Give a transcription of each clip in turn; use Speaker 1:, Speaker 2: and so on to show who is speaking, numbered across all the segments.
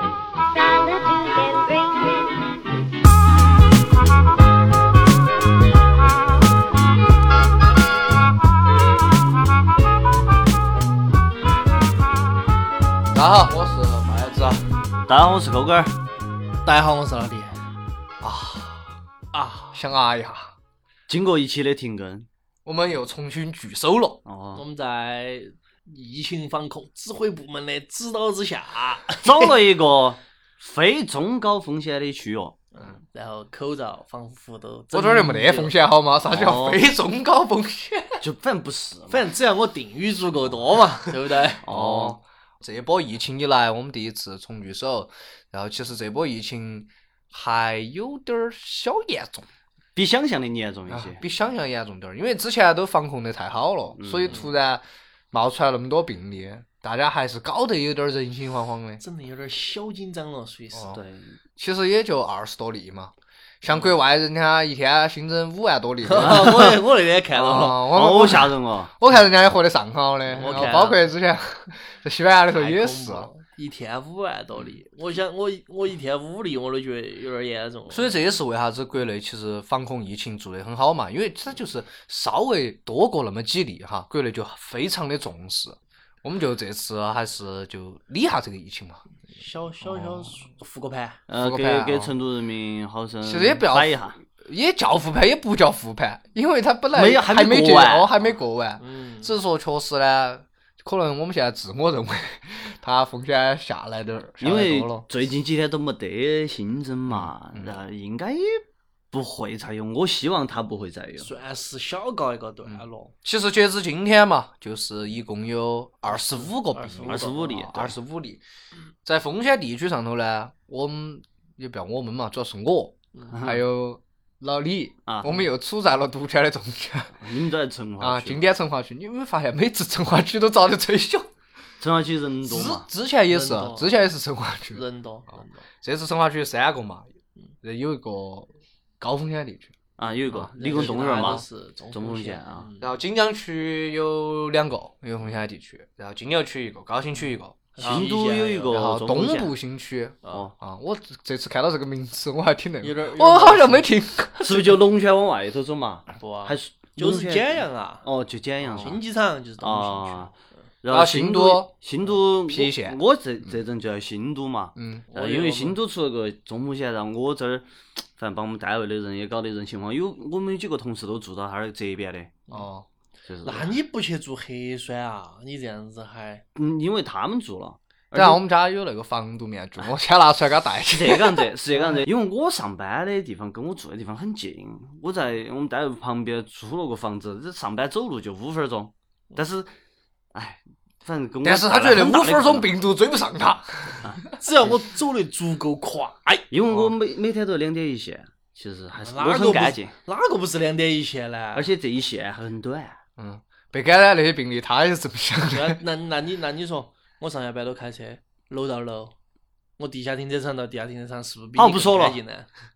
Speaker 1: Solitude and dreaming. Thank you.
Speaker 2: 大家好，我是麦子
Speaker 3: 大家好，我是勾勾儿。
Speaker 4: 大家好，我是老弟。
Speaker 2: 啊，想啊一下，
Speaker 3: 经过一期的停更，
Speaker 2: 我们又重新聚首了，
Speaker 4: 我
Speaker 3: 哦，
Speaker 4: 们在疫情防控指挥部门的指导之下，
Speaker 3: 找了一个非中高风险的区域，
Speaker 4: 嗯，然后口罩防护都
Speaker 2: 我这儿就没得风，险好吗？啥叫
Speaker 3: 哦
Speaker 2: 非中高风险？
Speaker 3: 就反正不是 嘛，
Speaker 4: 反正只要我定语足够多嘛，对不对？
Speaker 3: 哦，
Speaker 2: 这波疫情以来，我们第一次重聚首，然后其实这波疫情还有点儿小严重，
Speaker 3: 比想象的严重一
Speaker 2: 啊
Speaker 3: 些。
Speaker 2: 比想象严重点儿，因为之前都防控的太好了，
Speaker 4: 嗯
Speaker 2: 所以突然冒出来那么多病例，大家还是搞得有点儿人心惶惶的。
Speaker 4: 真的有点小紧张了，属于是。
Speaker 2: 哦
Speaker 3: 对，
Speaker 2: 其实也就二十多例嘛，像国外人家一天新增五万多例。
Speaker 4: 啊我也我那天看到了，
Speaker 2: 哦我们
Speaker 3: 好吓人 哦！
Speaker 2: 我看人家也活得上好的，
Speaker 4: 我
Speaker 2: 然后
Speaker 4: 看
Speaker 2: 包括之前在西班牙的时候
Speaker 4: 太
Speaker 2: 也
Speaker 4: 恐
Speaker 2: 是啊
Speaker 4: 怖，了一天五万多例，我想我一我一天五例我都觉得有点严重了。
Speaker 2: 所以这也是为啥子国内其实防控疫情做得很好嘛，因为它就是稍微多过那么几例哈，国内就非常的重视。我们就这次还是就理下这个疫情嘛，
Speaker 4: 小小小复个盘，
Speaker 3: 呃，
Speaker 2: 复个盘
Speaker 3: 给
Speaker 2: 啊
Speaker 3: 给成都人民好生
Speaker 2: 其实也不要
Speaker 3: 摆一下，
Speaker 2: 也叫复盘也不叫复盘，因为它本来
Speaker 3: 没有还
Speaker 2: 还
Speaker 3: 没
Speaker 2: 没
Speaker 3: 过
Speaker 2: 结
Speaker 3: 完
Speaker 2: 哦，还没过完。
Speaker 4: 嗯，
Speaker 2: 只是说确实呢，可能我们现在自我认为它风险下来点儿，下
Speaker 3: 因
Speaker 2: 来
Speaker 3: 为
Speaker 2: 多了。嗯
Speaker 3: 最近几天都没得新增嘛，然后应该也不会再有。我希望它不会再有。
Speaker 4: 算是小告一个段落。
Speaker 2: 其实截至今天嘛，就是一共有二十五个病，
Speaker 3: 二十五例
Speaker 2: 二十五例。在风险地区上头呢，我们也不要我们嘛，主要是我，还有老李
Speaker 3: 嗯啊嗯
Speaker 2: 我们又处在了毒圈的中间
Speaker 3: 你们都在成华
Speaker 2: 啊。
Speaker 3: 区
Speaker 2: 经，典成华区，你有没有发现每次成华区都遭得最凶？
Speaker 3: 成华区人
Speaker 2: 之
Speaker 3: 多嘛？
Speaker 2: 之前也是啊
Speaker 4: 人多，
Speaker 2: 之前也是成华区，
Speaker 4: 人多，人多。
Speaker 2: 这次成华区有三个嘛，
Speaker 4: 嗯
Speaker 2: 有一个高风险地区，
Speaker 3: 啊，有一个
Speaker 2: 啊
Speaker 3: 理工动物园嘛，
Speaker 4: 是中
Speaker 3: 中风
Speaker 4: 风
Speaker 3: 险啊
Speaker 4: 嗯
Speaker 2: 然后锦江区有两个有风险地区，然后金牛区一个，高新啊区一
Speaker 4: 哦
Speaker 2: 个，
Speaker 3: 成都有一
Speaker 2: 然
Speaker 3: 个
Speaker 2: 后
Speaker 3: 中
Speaker 2: 东
Speaker 3: 风险
Speaker 2: 部新区
Speaker 3: 哦，
Speaker 2: 啊，我这这次看到这个名字我还挺那
Speaker 4: 有点
Speaker 2: 个
Speaker 4: 有，点
Speaker 2: 我好像没听过。
Speaker 3: 是不是就龙泉往外头走嘛？
Speaker 4: 不啊，
Speaker 3: 还是
Speaker 4: 就
Speaker 3: 龙
Speaker 4: 是
Speaker 3: 泉
Speaker 4: 简阳啊，
Speaker 3: 哦，就简阳
Speaker 4: 新机场就是东兴
Speaker 3: 啊
Speaker 4: 区。，
Speaker 3: 然
Speaker 2: 然后
Speaker 3: 后
Speaker 2: 新
Speaker 3: 新
Speaker 2: 都
Speaker 3: 新
Speaker 4: 嗯
Speaker 3: 都
Speaker 2: 郫
Speaker 3: 我
Speaker 2: 县
Speaker 3: 我这这阵就叫新都嘛。
Speaker 2: 嗯，
Speaker 3: 然
Speaker 4: 我
Speaker 3: 后
Speaker 4: 也
Speaker 3: 因为
Speaker 4: 我
Speaker 3: 新
Speaker 4: 们
Speaker 3: 都出了个中风险，然后我这儿反正把我们单位的人也搞得人心惶，有我们有几个同事都住到他那儿这边的，
Speaker 2: 哦，
Speaker 3: 就是
Speaker 4: 那你不去做核酸啊？你这样子还
Speaker 3: 嗯，因为他们住了。
Speaker 2: 然后我们家有那个防毒面具，我先拿出来给他戴
Speaker 3: 是
Speaker 2: 起。
Speaker 3: 这个 样子，是这个样子，因为我上班的地方跟我住的地方很近，我在我们单位旁边租了个房子，这上班走路就五分钟，但是，哎，反正
Speaker 4: 嗯
Speaker 3: 跟我
Speaker 2: 嗯但是他
Speaker 3: 带
Speaker 2: 觉
Speaker 3: 来
Speaker 2: 得
Speaker 3: 很大
Speaker 2: 五
Speaker 3: 的
Speaker 2: 分
Speaker 3: 困
Speaker 2: 钟
Speaker 3: 扰，
Speaker 2: 病毒追不上他。
Speaker 4: 只要我走得足够 快，
Speaker 3: 因为我
Speaker 2: 哦
Speaker 3: 每每天都两点一线，其实还是
Speaker 4: 哪
Speaker 3: 我
Speaker 4: 个
Speaker 3: 很
Speaker 4: 不
Speaker 3: 干
Speaker 4: 是
Speaker 3: 净，
Speaker 4: 哪个不是两点一线呢？
Speaker 3: 而且这一线还很短，
Speaker 2: 嗯，被感染那些病例，他也是这么想的。
Speaker 4: 那那那你那你说，我上下班都开车，楼到楼，我地下停车场到地下停车场，是不是比
Speaker 3: 好
Speaker 4: 你
Speaker 3: 哦不
Speaker 4: 更
Speaker 3: 说了
Speaker 4: 干净呢？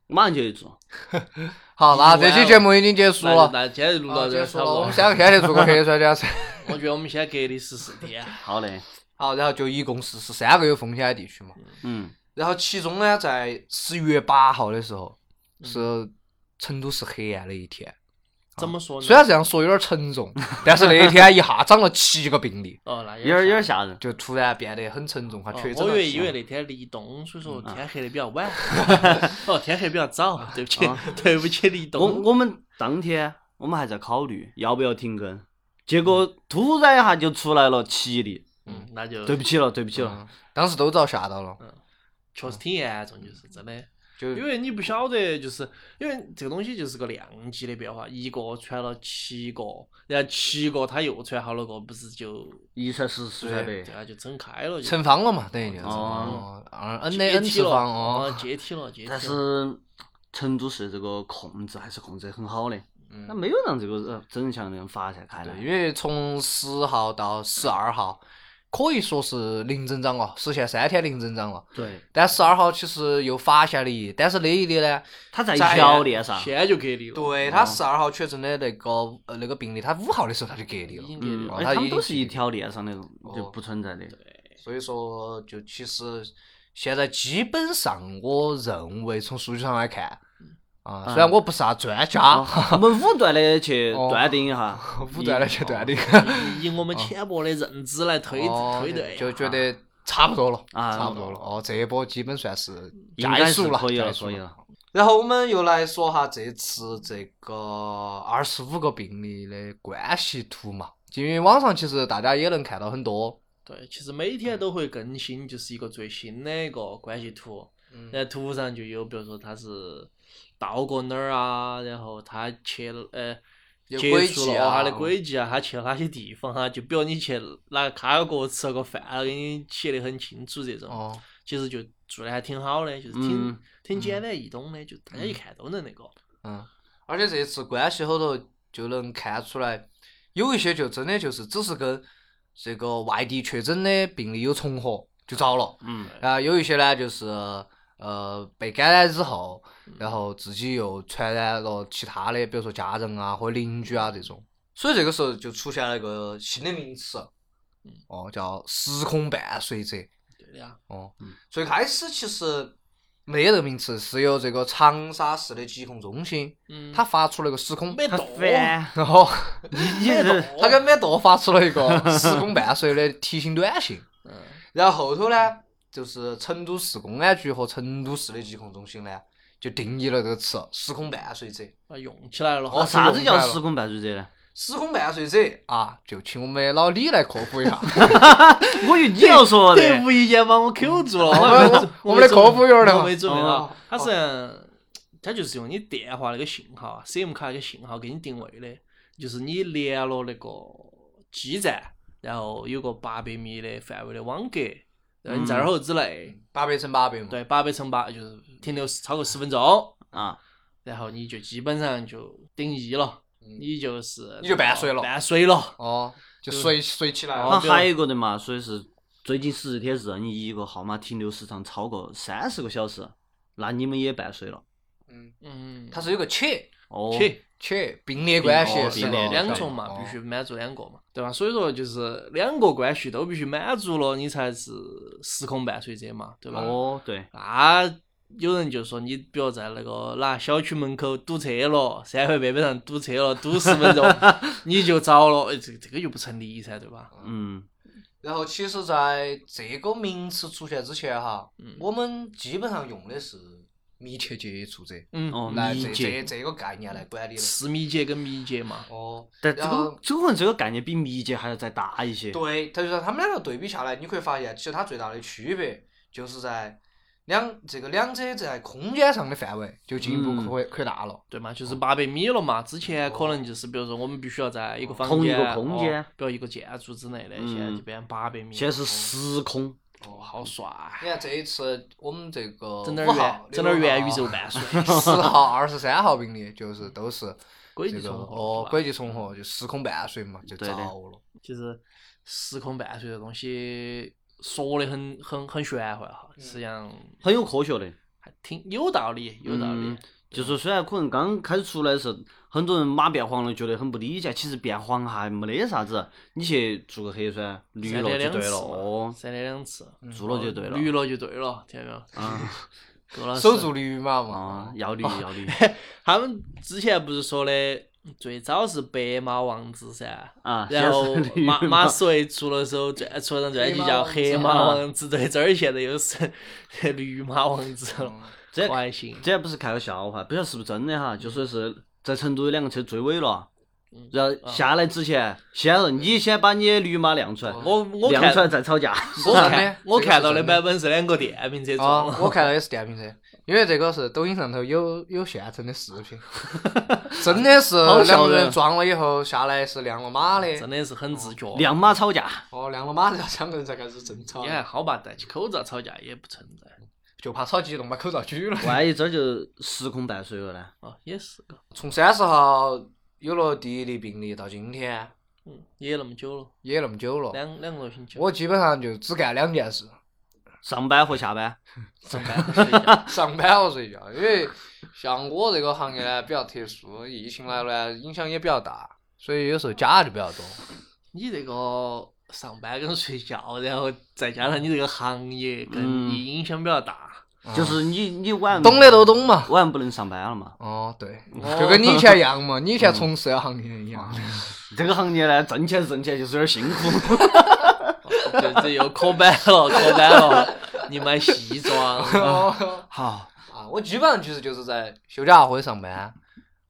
Speaker 3: 马上就去做。
Speaker 2: 好，那这期节目已经结束
Speaker 4: 那就
Speaker 2: 了，
Speaker 4: 那今天就录到
Speaker 2: 好
Speaker 3: 哦
Speaker 4: 这
Speaker 2: 结
Speaker 4: 儿，
Speaker 2: 束
Speaker 4: 差
Speaker 2: 了。
Speaker 4: 不
Speaker 2: 我
Speaker 4: 多
Speaker 2: 们。下个星期做个核酸检测。
Speaker 4: 我觉得我们先隔离十四 天，
Speaker 3: 好 嘞，
Speaker 2: 好，然后就一共是十三个有风险的地区嘛。
Speaker 3: 嗯，
Speaker 2: 然后其中呢，在十月八号的时候，
Speaker 4: 嗯
Speaker 2: 是成都是黑暗的一天。
Speaker 4: 怎么说呢？
Speaker 2: 虽然这样说有点沉 重，但是那一天一下涨了七个病例，
Speaker 4: 哦，那
Speaker 3: 有点有点
Speaker 4: 吓
Speaker 3: 吓人。
Speaker 2: 就突然变得很沉重，哈，
Speaker 4: 哦
Speaker 2: 确诊
Speaker 4: 我以
Speaker 2: 了
Speaker 4: 为
Speaker 2: 七
Speaker 4: 因为
Speaker 2: 啊个。
Speaker 4: 那天立冬，所
Speaker 2: 嗯
Speaker 4: 以说
Speaker 2: 啊
Speaker 4: 天黑的比较 晚。哦，天黑比较早，对不起，
Speaker 2: 啊
Speaker 4: 对不起，立
Speaker 3: 我
Speaker 4: 冬。
Speaker 3: 我们当天我们还在考虑要不要停更，结果
Speaker 2: 嗯
Speaker 3: 突然一下就出来了七例，
Speaker 4: 嗯，那就
Speaker 3: 对不起了，对不起了。
Speaker 2: 嗯当时都遭吓到了，
Speaker 4: 确实挺严重，就是真的。
Speaker 2: 就
Speaker 4: 嗯因为你不晓得，就是因为这个东西就是个量级的变化，一个传了七个，然后七个他又传好了个，不是就
Speaker 3: 一传十，十传百
Speaker 4: 对，啊，就整开了，就
Speaker 2: 成方了嘛，等于就是
Speaker 3: 哦
Speaker 2: 哦二 n 的
Speaker 4: 阶
Speaker 2: n
Speaker 4: 梯
Speaker 2: 次
Speaker 4: 了，
Speaker 2: 方哦
Speaker 4: 啊，。阶梯了，阶梯了。
Speaker 3: 但是成都市这个控制还是控制得很好的，那没有让这个呃整人墙这样发展开
Speaker 2: 对，
Speaker 3: 来。
Speaker 2: 因为从十号到十二号，可以说是零增长了，实现三天零增长了。
Speaker 3: 对，
Speaker 2: 但十二号其实又罚下了一，但是那一例呢，
Speaker 3: 他在
Speaker 2: 在
Speaker 3: 条链上，
Speaker 4: 先就隔离了。哦
Speaker 2: 对他十二号确诊的那个呃那个病例，他五号的时候他就隔离了
Speaker 4: 已，经隔离
Speaker 3: 嗯，
Speaker 4: 了
Speaker 2: 哦
Speaker 3: 而
Speaker 2: 他
Speaker 3: 且他
Speaker 2: 已
Speaker 3: 们
Speaker 2: 经
Speaker 3: 都是
Speaker 2: 提
Speaker 3: 一条链上的，就
Speaker 2: 哦
Speaker 3: 不存在的。
Speaker 2: 所以说就其实现在基本上我认为从数据上来看，
Speaker 3: 嗯
Speaker 2: 啊，虽然我不是啥专家，
Speaker 3: 啊，我们武断的去
Speaker 2: 哦
Speaker 3: 断定一下，
Speaker 2: 不断的去断定，
Speaker 3: 哦
Speaker 4: 以以我们浅薄的认知来推
Speaker 2: 哦
Speaker 4: 推啊断，
Speaker 2: 就觉得差不多了，
Speaker 3: 啊
Speaker 2: 差不多了。哦，这一波基本算是
Speaker 3: 应
Speaker 2: 加
Speaker 3: 该
Speaker 2: 速
Speaker 3: 是
Speaker 2: 了，
Speaker 3: 可以
Speaker 2: 加
Speaker 3: 了，
Speaker 2: 速
Speaker 3: 可以了。。
Speaker 2: 然后我们又来说哈这次这个二十五个病例的关系图嘛，因为网上其实大家也能看到很多。
Speaker 4: 对，其实每天都会更新，就是一个最新的一个关系图。
Speaker 2: 嗯
Speaker 4: 然后图上就有，比如说他是到过哪儿啊，然后他去了呃
Speaker 2: 有
Speaker 4: 接
Speaker 2: 轨
Speaker 4: 触
Speaker 2: 迹
Speaker 4: 了他的
Speaker 2: 啊
Speaker 4: 轨迹啊，他去了哪些地方啊？就比如你去哪卡个国吃了个饭啊，给你写得很清楚这种。
Speaker 2: 哦，
Speaker 4: 其实就做的还挺好的，就是挺、
Speaker 3: 嗯，
Speaker 4: 挺简单易懂的，就大家一看都能那个。
Speaker 2: 嗯，而且这一次关系后头就能看出来，有一些就真的就是只是跟这个外地确诊的病例有重合就遭了。
Speaker 3: 嗯，
Speaker 2: 啊，有一些呢就是呃被感染之后，
Speaker 4: 嗯
Speaker 2: 然后自己又传染了其他的，比如说家人啊或者邻居啊这种，所以这个时候就出现了一个新的名词，
Speaker 4: 嗯
Speaker 2: 哦，叫时空伴随者。
Speaker 4: 对的呀，
Speaker 2: 哦
Speaker 3: 嗯，
Speaker 2: 最开始其实没得这个名词，是由这个长沙市的疾控中心，
Speaker 4: 嗯，
Speaker 2: 他发出了个时空，
Speaker 4: 没哦
Speaker 3: 他
Speaker 4: 动，
Speaker 3: 烦，
Speaker 2: 然后
Speaker 3: 你这
Speaker 2: 他跟美舵发出了一个时空伴随的提醒短信。
Speaker 4: 嗯，
Speaker 2: 然后后头呢，就是成都市公安局和成都市的疾控中心呢，就定义了这个词“时空伴随者
Speaker 4: 把它用起来了。
Speaker 2: 哦
Speaker 3: 啥子叫
Speaker 2: 是
Speaker 3: 时空伴随者呢？”。
Speaker 2: 时空伴随者啊，就请我们的老李来科普 一下。
Speaker 3: 我以为你要说的，嗯
Speaker 4: 对，无意间把我扣住了。
Speaker 2: 我们我们的客服员儿呢
Speaker 4: 我没准备
Speaker 3: 哦
Speaker 4: 啊。他是他就是用你电话那个信号啊，SIM 卡那个信号给你定位的，就是你连了那个基站，然后有个八百米的范围的网格，然后你在
Speaker 2: 嗯
Speaker 4: 二后之内，
Speaker 2: 八百乘八百嘛，
Speaker 4: 对，八百乘八就是停留超过十分钟，
Speaker 3: 啊，
Speaker 4: 然后你就基本上就顶一了，
Speaker 2: 嗯
Speaker 4: 你就是
Speaker 2: 你就半水了
Speaker 4: 半水了。
Speaker 2: 哦，就随随起来
Speaker 3: 那
Speaker 2: 了
Speaker 4: 哦。
Speaker 3: 还有一个的嘛，所以是最近十天任意一个号码停留时长超过三十个小时，那你们也半岁了。
Speaker 2: 嗯，
Speaker 4: 嗯，
Speaker 2: 它是有个且
Speaker 3: 哦，
Speaker 4: 起。
Speaker 2: 且并列关系
Speaker 3: 哦
Speaker 2: 是
Speaker 3: 并
Speaker 2: 吧
Speaker 3: 列
Speaker 4: 两重嘛，必须满足两个嘛，对吧？所以说就是两个关系都必须满足了，你才是时空伴随者嘛，对吧？
Speaker 3: 哦，对，
Speaker 4: 那有人就说你，比如在那个哪小区门口堵车了，三环北边上堵车了，堵十 分钟，你就遭了，哎，这这个就不成立噻，对吧？
Speaker 3: 嗯，
Speaker 2: 然后其实在这个名词出现之前哈，
Speaker 4: 嗯
Speaker 2: 我们基本上用的是密切接触者
Speaker 4: 嗯，
Speaker 3: 哦，
Speaker 2: 来
Speaker 3: 理
Speaker 2: 这这
Speaker 3: 解。
Speaker 2: 这个概念来管理的。
Speaker 4: 次密接跟密接嘛，
Speaker 2: 哦，
Speaker 3: 但这
Speaker 2: 然后
Speaker 3: 个这个可能这个概念比密接还要再大一些。
Speaker 2: 对，他就说他们两个对比下来，你可以发现，其实它最大的区别就是在两这个两者在空间上的范围就进一步
Speaker 3: 嗯
Speaker 2: 扩扩大了。
Speaker 4: 对嘛，就是
Speaker 3: 哦
Speaker 4: 八百米了嘛。之前可能就是比如说我们必须要在一个房间，
Speaker 3: 同一个空间
Speaker 4: 哦比如一个建筑之内的，
Speaker 3: 嗯
Speaker 4: 现在这边八百米，
Speaker 3: 现在是时空，
Speaker 4: 哦，好帅。
Speaker 2: 你看这一次我们这个
Speaker 4: 整点
Speaker 2: 5
Speaker 4: 儿
Speaker 2: 号
Speaker 4: 元，整点儿元宇宙万岁，
Speaker 2: 十号、二十三号病例就是都是
Speaker 4: 轨
Speaker 2: 这
Speaker 4: 迹
Speaker 2: 个
Speaker 4: 重合
Speaker 2: 哦
Speaker 4: 是吧
Speaker 2: 轨迹重合，就时空伴随嘛，就
Speaker 3: 对
Speaker 2: 糟
Speaker 3: 的
Speaker 2: 了。
Speaker 4: 其实时空伴随这东西说的很很很玄幻哈，实际上
Speaker 3: 很有科学的。
Speaker 4: 还挺有道理，有道理
Speaker 3: 嗯。就是虽然可能刚开始出来的时候，很多人马变黄了，觉得很不理解。其实变黄还没得啥子，你去做个核酸，绿
Speaker 4: 三
Speaker 3: 了
Speaker 4: 天
Speaker 3: 就
Speaker 4: 两
Speaker 3: 对
Speaker 4: 次
Speaker 3: 了。
Speaker 4: 嘛，
Speaker 3: 哦，
Speaker 4: 三天两次，
Speaker 3: 做了就对了。
Speaker 4: 嗯哦绿了就对了，听到没有？
Speaker 3: 啊
Speaker 4: 够了。
Speaker 2: 守住绿码
Speaker 3: 啊
Speaker 2: 嘛，，
Speaker 3: 要绿
Speaker 4: 哦
Speaker 3: 要绿
Speaker 4: 他们之前不是说的，最早是白马王子噻，
Speaker 3: 啊。
Speaker 4: 然后
Speaker 3: 现在是绿
Speaker 4: 马
Speaker 3: 嘛
Speaker 4: 马穗出了首专出了张专辑叫《黑马王子》，啊对，这儿现在又是 绿马王子了，
Speaker 3: 这
Speaker 4: 可还行。
Speaker 3: 之前不是看个笑话，不晓得是不是真的哈，就说是在成都有两个车追尾了
Speaker 4: 嗯，
Speaker 3: 然后下来之前，先是你先把你的绿码亮出来，
Speaker 4: 我我
Speaker 3: 亮
Speaker 4: 看
Speaker 3: 出来再吵架。
Speaker 2: 是
Speaker 4: 我
Speaker 2: 真
Speaker 4: 看
Speaker 2: 的
Speaker 4: 我
Speaker 2: 这个
Speaker 4: 看
Speaker 2: 是
Speaker 4: 到的
Speaker 2: 真的
Speaker 4: 版本是两个电瓶车
Speaker 2: 啊
Speaker 4: 撞，了，
Speaker 2: 我看到也是电瓶车，因为这个是抖音上头有有现成的视频，真的是
Speaker 3: 好
Speaker 2: 两
Speaker 3: 笑
Speaker 2: 个人
Speaker 3: 人
Speaker 2: 撞了以后下来是亮了码的，
Speaker 4: 真的是很自觉。
Speaker 3: 亮码吵架，
Speaker 2: 哦，亮了码然后两个人才开始争吵
Speaker 4: 你，看，好吧，戴起口罩吵架也不存在
Speaker 2: 就怕吵激动把口罩举了。
Speaker 3: 万一这儿就时空伴随了呢？
Speaker 4: 哦，也是个
Speaker 2: 从三十号有了第一例病例到今天，
Speaker 4: 嗯，也那么久了，
Speaker 2: 也那么久了。
Speaker 4: 两两个多星期了。
Speaker 2: 我基本上就只干两件事：
Speaker 3: 上班和下班，
Speaker 4: 上班和睡觉
Speaker 2: 上班和睡觉。因为像我这个行业呢比较特殊，疫情来呢影响也比较大，所以有时候加的就比较多。
Speaker 4: 你这个上班跟睡觉，然后再加上你这个行业跟
Speaker 3: 嗯
Speaker 4: 你影响比较大，
Speaker 3: 就是你你晚
Speaker 2: 懂的都懂嘛。
Speaker 3: 晚不能上班了嘛。
Speaker 2: 哦，对，
Speaker 4: 哦
Speaker 2: 就跟你以前一样嘛，你以前从事的行业一样。
Speaker 3: 这个行业呢，挣钱是挣钱，就是有点辛 苦。
Speaker 4: 这这又科班了，科班了，你买西 装，
Speaker 2: 哦，
Speaker 3: 好，
Speaker 2: 啊，我基本上其实就是在休假或者上班，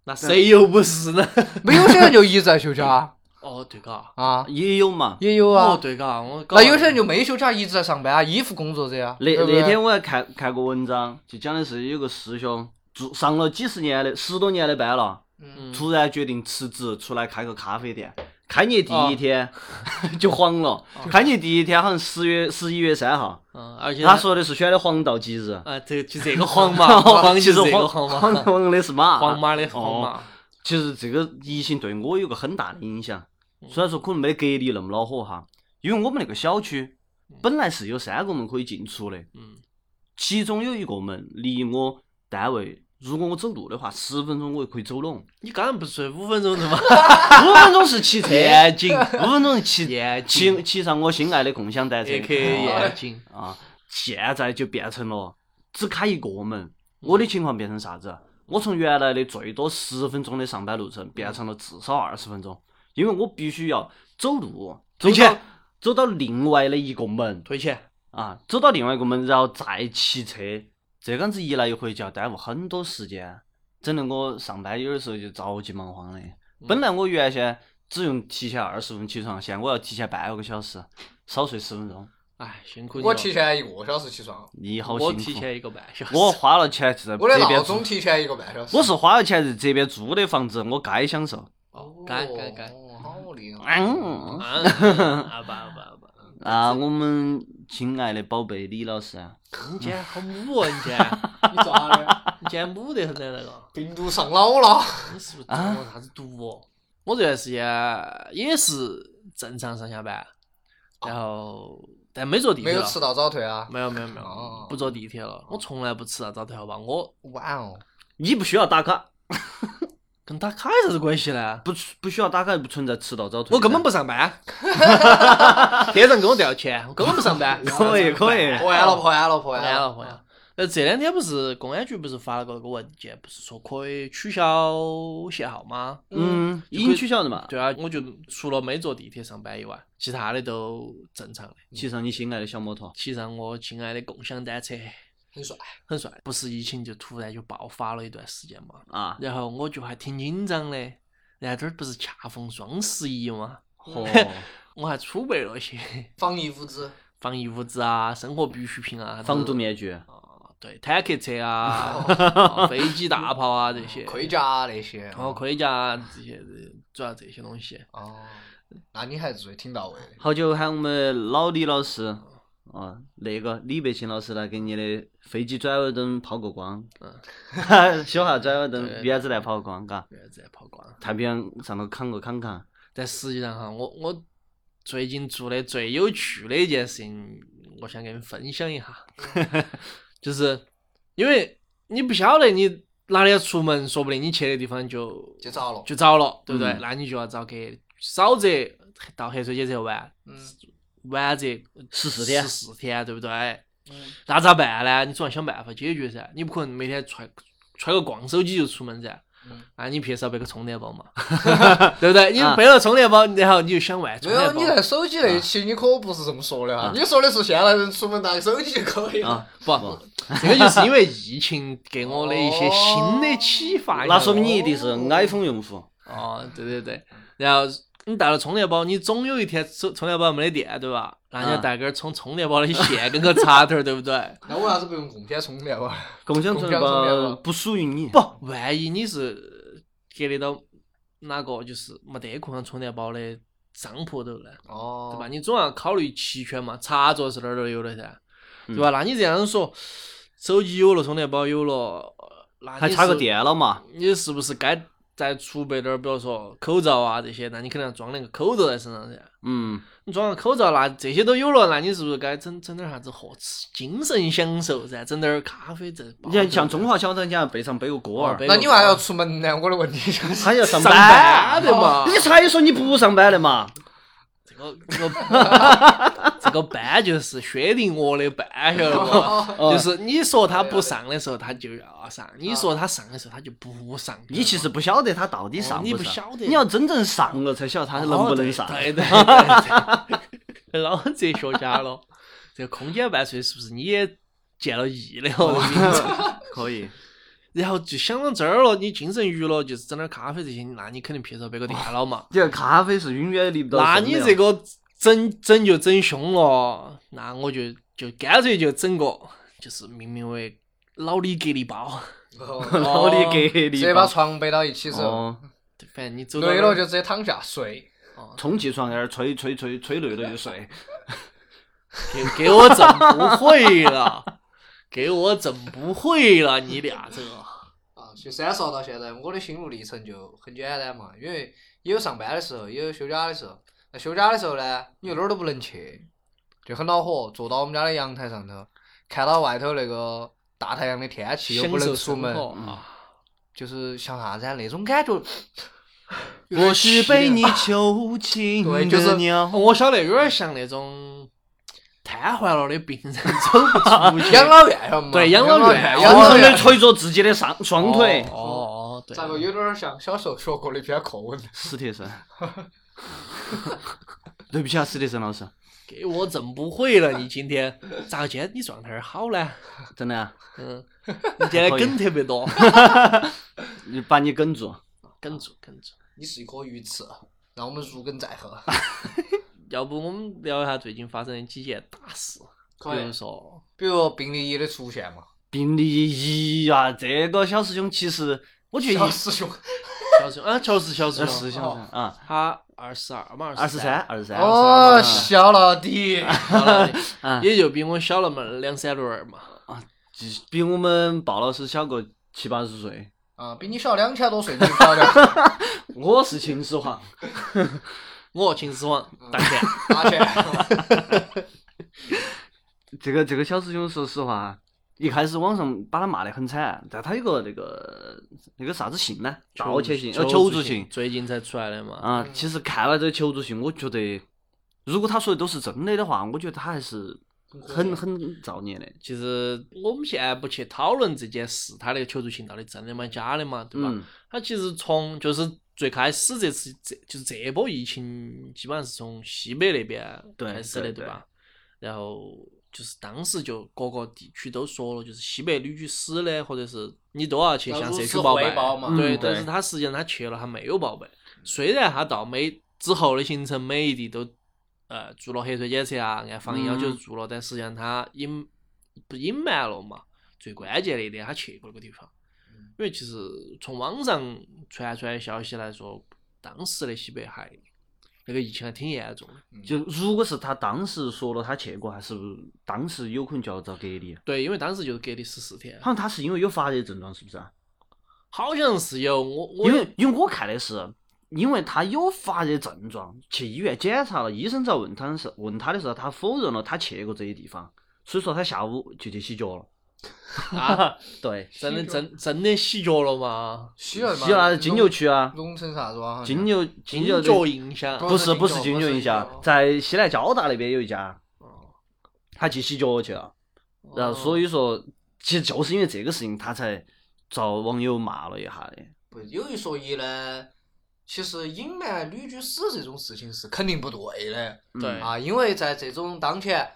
Speaker 4: 那谁又不是呢？
Speaker 2: 没有些人就一直在休假
Speaker 4: 哦，对嘎，
Speaker 2: 啊，
Speaker 3: 也有嘛。
Speaker 2: 也有
Speaker 4: 哦
Speaker 2: 啊。
Speaker 4: 对嘎，我搞
Speaker 2: 那有些人就没休假，一直在上班啊，依附工作者呀。
Speaker 3: 那
Speaker 2: 对不对
Speaker 3: 那天我还看看过文章，就讲的是有个师兄做上了几十年的十多年的班了，
Speaker 4: 嗯
Speaker 3: 突然决定辞职出来开个咖啡店。开业第
Speaker 4: 哦
Speaker 3: 一天、 就黄了，开业第一天好像十月十一月三号，
Speaker 4: 嗯，而且
Speaker 3: 他说的是选的黄道吉日，
Speaker 4: 啊，这就这个黄 马，
Speaker 2: 哦
Speaker 4: 黄
Speaker 3: 其
Speaker 4: 就是
Speaker 3: 实
Speaker 4: 这个
Speaker 3: 黄
Speaker 4: 黄
Speaker 3: 黄
Speaker 4: 马，
Speaker 3: 黄的是
Speaker 2: 啊
Speaker 3: 马，
Speaker 4: 黄马的黄马
Speaker 3: 哦。其实这个疫情对我有个很大的影响，
Speaker 4: 嗯
Speaker 3: 虽然说可能没得隔离那么恼火哈，因为我们那个小区本来是有三个门可以进出的，
Speaker 4: 嗯，
Speaker 3: 其中有一个门离我单位，如果我走路的话，十分钟我就可以走 拢，
Speaker 4: 你刚才不是说五分钟的 吗？
Speaker 3: 五分钟是 骑车，
Speaker 4: 眼睛，
Speaker 3: 五分钟是骑
Speaker 2: 哎
Speaker 4: 眼睛
Speaker 3: 骑骑上我心爱的共享单车
Speaker 4: 也可以眼睛，
Speaker 3: 啊，现在就变成了只开一个
Speaker 4: 嗯
Speaker 3: 门，我的情况变成啥子？我从原来的最多十分钟的上班路程变成了至少二十分钟，因为我必须要走路，走
Speaker 4: 退
Speaker 3: 到
Speaker 4: 钱
Speaker 3: 走到另外的一个门
Speaker 4: 退钱，
Speaker 3: 啊，走到另外一个门，然后再骑车，这样子一来一回就要耽误很多时间，整得我上班有的时候就着急忙慌的。
Speaker 4: 嗯
Speaker 3: 本来我原先只用提前二十分钟起床，现在我要提前半个小时，少睡十分钟。
Speaker 4: 哎，辛苦你了。
Speaker 2: 我提前一个小时起床，
Speaker 3: 你好辛
Speaker 4: 我
Speaker 3: 苦。
Speaker 4: 提前一个半小时。
Speaker 3: 我花了钱是在
Speaker 2: 我的
Speaker 3: 这
Speaker 2: 闹
Speaker 3: 边租
Speaker 2: 钟，提前一个半小时。
Speaker 3: 我是花了钱是这边租的房子，我该享受。
Speaker 4: 哦，干干干。
Speaker 2: 哦好厉害！
Speaker 3: 嗯
Speaker 4: 啊， 阿爸阿爸阿爸，
Speaker 3: 啊，我们亲爱的宝贝李老师啊，
Speaker 4: 你今天好母啊！你今天，
Speaker 2: 你咋的？
Speaker 4: 你今天母得很的那个，
Speaker 2: 病毒上脑了？
Speaker 4: 你是不是中
Speaker 2: 啊
Speaker 4: 了啥子毒哦？我这段时间也是正常上下班，然后但没坐地
Speaker 2: 哦没
Speaker 4: 铁
Speaker 2: 有
Speaker 4: 了，
Speaker 2: 吃到早退啊？
Speaker 4: 没有没有没有
Speaker 2: 哦，
Speaker 4: 不坐地铁了。我从来不吃啥子早退，好吧？我
Speaker 2: 哇哦！
Speaker 3: 你不需要打卡，
Speaker 4: 跟打卡有啥子关系呢？
Speaker 3: 不不需要打卡，不存在迟到早退的。
Speaker 4: 我根本不上班， 天上跟我调钱，我根本不上 班。哎
Speaker 3: 可以可 以，
Speaker 2: 破案了，破案了，破
Speaker 4: 破
Speaker 2: 案
Speaker 4: 案了，
Speaker 2: 了！
Speaker 4: 破案了。那这两天不是公安局不是发了个那个文件，不是说可以取消限号吗？
Speaker 3: 嗯，已经取消了嘛。
Speaker 4: 对啊，我就除了没坐地铁上班以外，其他的都正常的。
Speaker 3: 骑上你心爱的小摩托，
Speaker 4: 骑上我亲爱的共享单车，
Speaker 2: 很帅，
Speaker 4: 很帅。不是疫情就突然就爆发了一段时间嘛，
Speaker 3: 啊，
Speaker 4: 然后我就还挺紧张的。然后这儿不是恰逢双十一嘛，
Speaker 3: 嚯，
Speaker 4: 我还储备了些
Speaker 2: 防疫物资，
Speaker 4: 防疫物资啊、生活必需品啊、
Speaker 3: 防毒面具，
Speaker 4: 啊，对，坦克车啊、 啊飞机大炮啊这些，
Speaker 2: 哦盔甲那些。
Speaker 4: 然后盔甲啊这些，主要这些东西。
Speaker 2: 哦，那你还是最挺到位的。
Speaker 3: 好久喊我们老李老师。啊，那个李北清老师来给你的飞机转弯灯抛个 光，小哈转弯
Speaker 4: 对
Speaker 3: 灯原子弹抛个光，嘎。
Speaker 4: 不要再跑光了。
Speaker 3: 太平洋上头扛个扛啊扛，
Speaker 4: 但实际上哈，我我最近做的最有趣的一件事情，我想跟你分享 一下，就是因为你不晓得你哪里要出门，说不定你去的地方就
Speaker 2: 就遭了，
Speaker 4: 就早了，对不对？
Speaker 3: 嗯
Speaker 4: 那你就要找给少则到黑水街这晚，
Speaker 2: 嗯
Speaker 4: 晚则
Speaker 3: 14天
Speaker 4: 十四天，对不对？
Speaker 2: 嗯
Speaker 4: 那咋办呢？你总要想办法解决噻，你不可能每天揣揣个逛手机就出门噻。
Speaker 2: 嗯
Speaker 4: 啊，你撇少背个充电 宝嘛， 对不对？你背了充电宝，然后你就想玩充
Speaker 2: 没
Speaker 4: 电
Speaker 2: 有，
Speaker 4: 宝。
Speaker 2: 你在手机那一期你可不是这么说的啊
Speaker 3: 啊！
Speaker 2: 你说的是现代人出门拿个手机就可以了
Speaker 3: 啊。
Speaker 4: 不，这个就是因为疫情给我的一些新的启发。
Speaker 3: 那说明
Speaker 4: 你
Speaker 3: 你一定是
Speaker 4: 哦
Speaker 3: iPhone 用户。
Speaker 4: 晓得吗哦，对对对，然后你带了充电宝，你总有一天充充电宝没得电，对吧？那你要
Speaker 3: 啊
Speaker 4: 带根儿充充电宝的线跟个插头儿，对不对？
Speaker 2: 那为啥子不用共享充电宝？
Speaker 3: 共享充电
Speaker 2: 共享充电
Speaker 3: 宝
Speaker 2: 宝
Speaker 3: 不属于你，
Speaker 4: 不，万一你是隔得到哪个就是没得共享充电宝的商铺头呢？
Speaker 2: 哦，
Speaker 4: 对吧？？你总要考虑齐全嘛，插座是哪儿都有的噻，对
Speaker 3: 嗯
Speaker 4: 吧？那你这样说，手机有了，充电宝有了，呃那
Speaker 3: 还
Speaker 4: 你
Speaker 3: 差个
Speaker 4: 是，
Speaker 3: 电脑嘛？
Speaker 4: 你是不是该再储备点儿，比如说口罩啊这些，那你肯定要装两个口罩在身上噻。
Speaker 3: 嗯，
Speaker 4: 你装个口罩，那这些都有了，那你是不是该整整点儿啥子喝吃？精神享受噻，整点儿咖啡这。
Speaker 3: 你看像中华小当家背上背个锅儿
Speaker 4: 哦，背
Speaker 2: 那你为啥要出门呢？我的问题就是，
Speaker 3: 他要上
Speaker 4: 上啊班的嘛
Speaker 3: 你才说你不上班的嘛？
Speaker 4: 这个这个 这个班就是薛定谔的班，晓得不？
Speaker 3: 哦
Speaker 4: 就是你说他不上的时候，他就要上；你说他上的时候，他就不上。
Speaker 3: 你其实不晓得他到底上
Speaker 4: 哦你
Speaker 3: 不
Speaker 4: 不
Speaker 3: 上
Speaker 4: 晓得
Speaker 3: 你要真正上了才晓得他能不能上
Speaker 4: 哦。对对对对对，老哲学家了。 这个空间万岁是不是你也见了异了？我
Speaker 3: 哦
Speaker 4: 跟你说
Speaker 3: 可以，
Speaker 4: 然后就想到这儿了，你精神娱乐就是整点咖啡这些，那你肯定撇着别个电脑嘛。
Speaker 3: 这个咖啡是永远离不到
Speaker 4: 那
Speaker 3: 身的哦
Speaker 4: 你
Speaker 3: 呀。
Speaker 4: 这个整整就整凶了，那我就就干脆就整个就是命名为老李给力包，
Speaker 3: 老李给
Speaker 2: 哦直
Speaker 3: 力
Speaker 2: 接
Speaker 3: 吧
Speaker 2: 把床背到一起走，
Speaker 3: 哦，
Speaker 4: 对反正你走到
Speaker 2: 累
Speaker 4: 哪儿
Speaker 2: 了就直接躺下睡。
Speaker 3: 充气床在那儿吹吹吹吹累了就睡。
Speaker 4: 给给我整不会了，给我整不会了，你俩这个
Speaker 2: 啊，其实说到现在，我的心路历程就很简单嘛，因为也有上班的时候，也有休假的时候。那休假的时候呢，你又哪儿都不能去，就很恼火。坐到我们家的阳台上头，看到外头那个大太阳的天气，又不
Speaker 4: 享
Speaker 2: 能
Speaker 4: 受
Speaker 2: 出
Speaker 4: 生
Speaker 2: 门，
Speaker 4: 活。
Speaker 2: 就是像啥子啊那种感觉。有点
Speaker 3: 我是
Speaker 2: 凄
Speaker 3: 被
Speaker 2: 凉
Speaker 3: 你囚禁
Speaker 2: 对就是
Speaker 3: 的鸟。
Speaker 4: 哦我晓得有点像那种瘫痪了的病人走不出去，
Speaker 2: 养老院嘛，
Speaker 4: 啊对养
Speaker 2: 养
Speaker 4: 老
Speaker 2: 老
Speaker 4: 院
Speaker 2: 养
Speaker 3: 不
Speaker 2: 老
Speaker 3: 停的
Speaker 2: 院。
Speaker 3: 捶着自己的上双腿。
Speaker 4: 哦哦，对，
Speaker 2: 咋个有点儿像小时候学过的一篇课文？
Speaker 3: 史铁生，对不起啊，史铁生老师，
Speaker 4: 给我整不会了，你今天咋个今天你状态好呢？
Speaker 3: 真的啊，
Speaker 4: 嗯，你今天梗特别 多，
Speaker 3: 你把你梗住。
Speaker 4: 梗住梗住。
Speaker 2: 你是一颗鱼刺，让我们如鲠在后。
Speaker 4: 要不我们聊一下最近发生的几件大事，比
Speaker 2: 可以
Speaker 4: 如说
Speaker 2: 比如病例一的出现 嘛，
Speaker 3: 病例一呀，这个小师兄其实我觉得
Speaker 2: 小
Speaker 3: 一
Speaker 2: 师兄。
Speaker 4: 小熊啊，乔治小师
Speaker 3: 呃是小师
Speaker 4: 兄，
Speaker 3: 兄啊，
Speaker 4: 他二十二嘛，
Speaker 3: 二十三，，二十三，
Speaker 2: 哦，
Speaker 4: 啊
Speaker 3: 嗯
Speaker 2: 小老弟，
Speaker 3: 啊
Speaker 4: 也就比我小了嘛两三轮儿嘛。
Speaker 3: 就比我们鲍老师小个七八十岁。
Speaker 2: 啊，比你小两千多岁，你漂亮，
Speaker 3: 我是秦始皇，
Speaker 4: 我秦始皇大 钱，
Speaker 2: 拿钱。
Speaker 3: 这个这个小师兄，说实话，一开始网上把他骂得很惨，但他有个那个那个啥子信呢？盗窃信，呃，求助信，
Speaker 4: 最近才出来的嘛。
Speaker 3: 啊，其实看完这个求助信，我觉得如果他说的都是真的的话，我觉得他还是很很造孽的。
Speaker 4: 其实我们现在不去讨论这件事，他那个求助信到底真的吗假的嘛，对吧？
Speaker 3: 嗯，
Speaker 4: 他其实从就是最开始这次这就是这一波疫情，基本上是从西北那边
Speaker 3: 对
Speaker 4: 开始的，
Speaker 3: 对对
Speaker 4: 吧？然后就是当时就各个地区都说了，就是西北旅居史的，或者是你都要去
Speaker 2: 要
Speaker 4: 向
Speaker 2: 如
Speaker 4: 社区
Speaker 2: 实
Speaker 4: 报
Speaker 2: 汇
Speaker 4: 备
Speaker 2: 报嘛
Speaker 4: 对，
Speaker 3: 嗯
Speaker 4: 但
Speaker 3: 对
Speaker 4: 是他实际上他去了，他没有报备。虽然他到每之后的行程每一地都呃做了核酸检测啊，按防疫要求
Speaker 3: 嗯
Speaker 4: 做了，但实际上他隐不隐瞒了嘛？最关键的一点，他去过那个地方。
Speaker 3: 嗯
Speaker 4: 因为其实从网上传出来的消息来说，当时的西北还那个疫情还挺严重的。
Speaker 3: 就如果是他当时说了他去过，还是当时有可能就要遭隔离。
Speaker 4: 对，因为当时就是隔离十四天，
Speaker 3: 好像他是因为有发热症状，是不是啊？
Speaker 4: 好像是有我我
Speaker 3: 因为因为我看的是，因为他有发热症状，去医院检查了，医生在问他的时候问他的时候，他否认了他去过这些地方，所以说他下午就去洗脚了。
Speaker 4: 啊，
Speaker 3: 对，
Speaker 4: 真的真真的洗脚了吗？
Speaker 2: 西了嘛？
Speaker 3: 洗了金牛区啊，
Speaker 2: 弄成啥子哇？
Speaker 3: 金牛金
Speaker 4: 金
Speaker 3: 牛的哦
Speaker 4: 角印象
Speaker 2: 不
Speaker 3: 不是不
Speaker 2: 是
Speaker 3: 是
Speaker 2: 金
Speaker 3: 金
Speaker 2: 牛
Speaker 3: 牛
Speaker 2: 不是
Speaker 3: 一家
Speaker 2: 金牛，
Speaker 3: 在西南交大那边有一家，他去洗脚去了，然后所
Speaker 4: 以
Speaker 3: 以说，其实就是因为这个事情，他才遭网友骂了一下的。
Speaker 2: 不有一说一呢，其实隐瞒旅居史这种事情是肯定不对的
Speaker 3: 嗯
Speaker 4: 对
Speaker 2: 啊，因为在这种当前，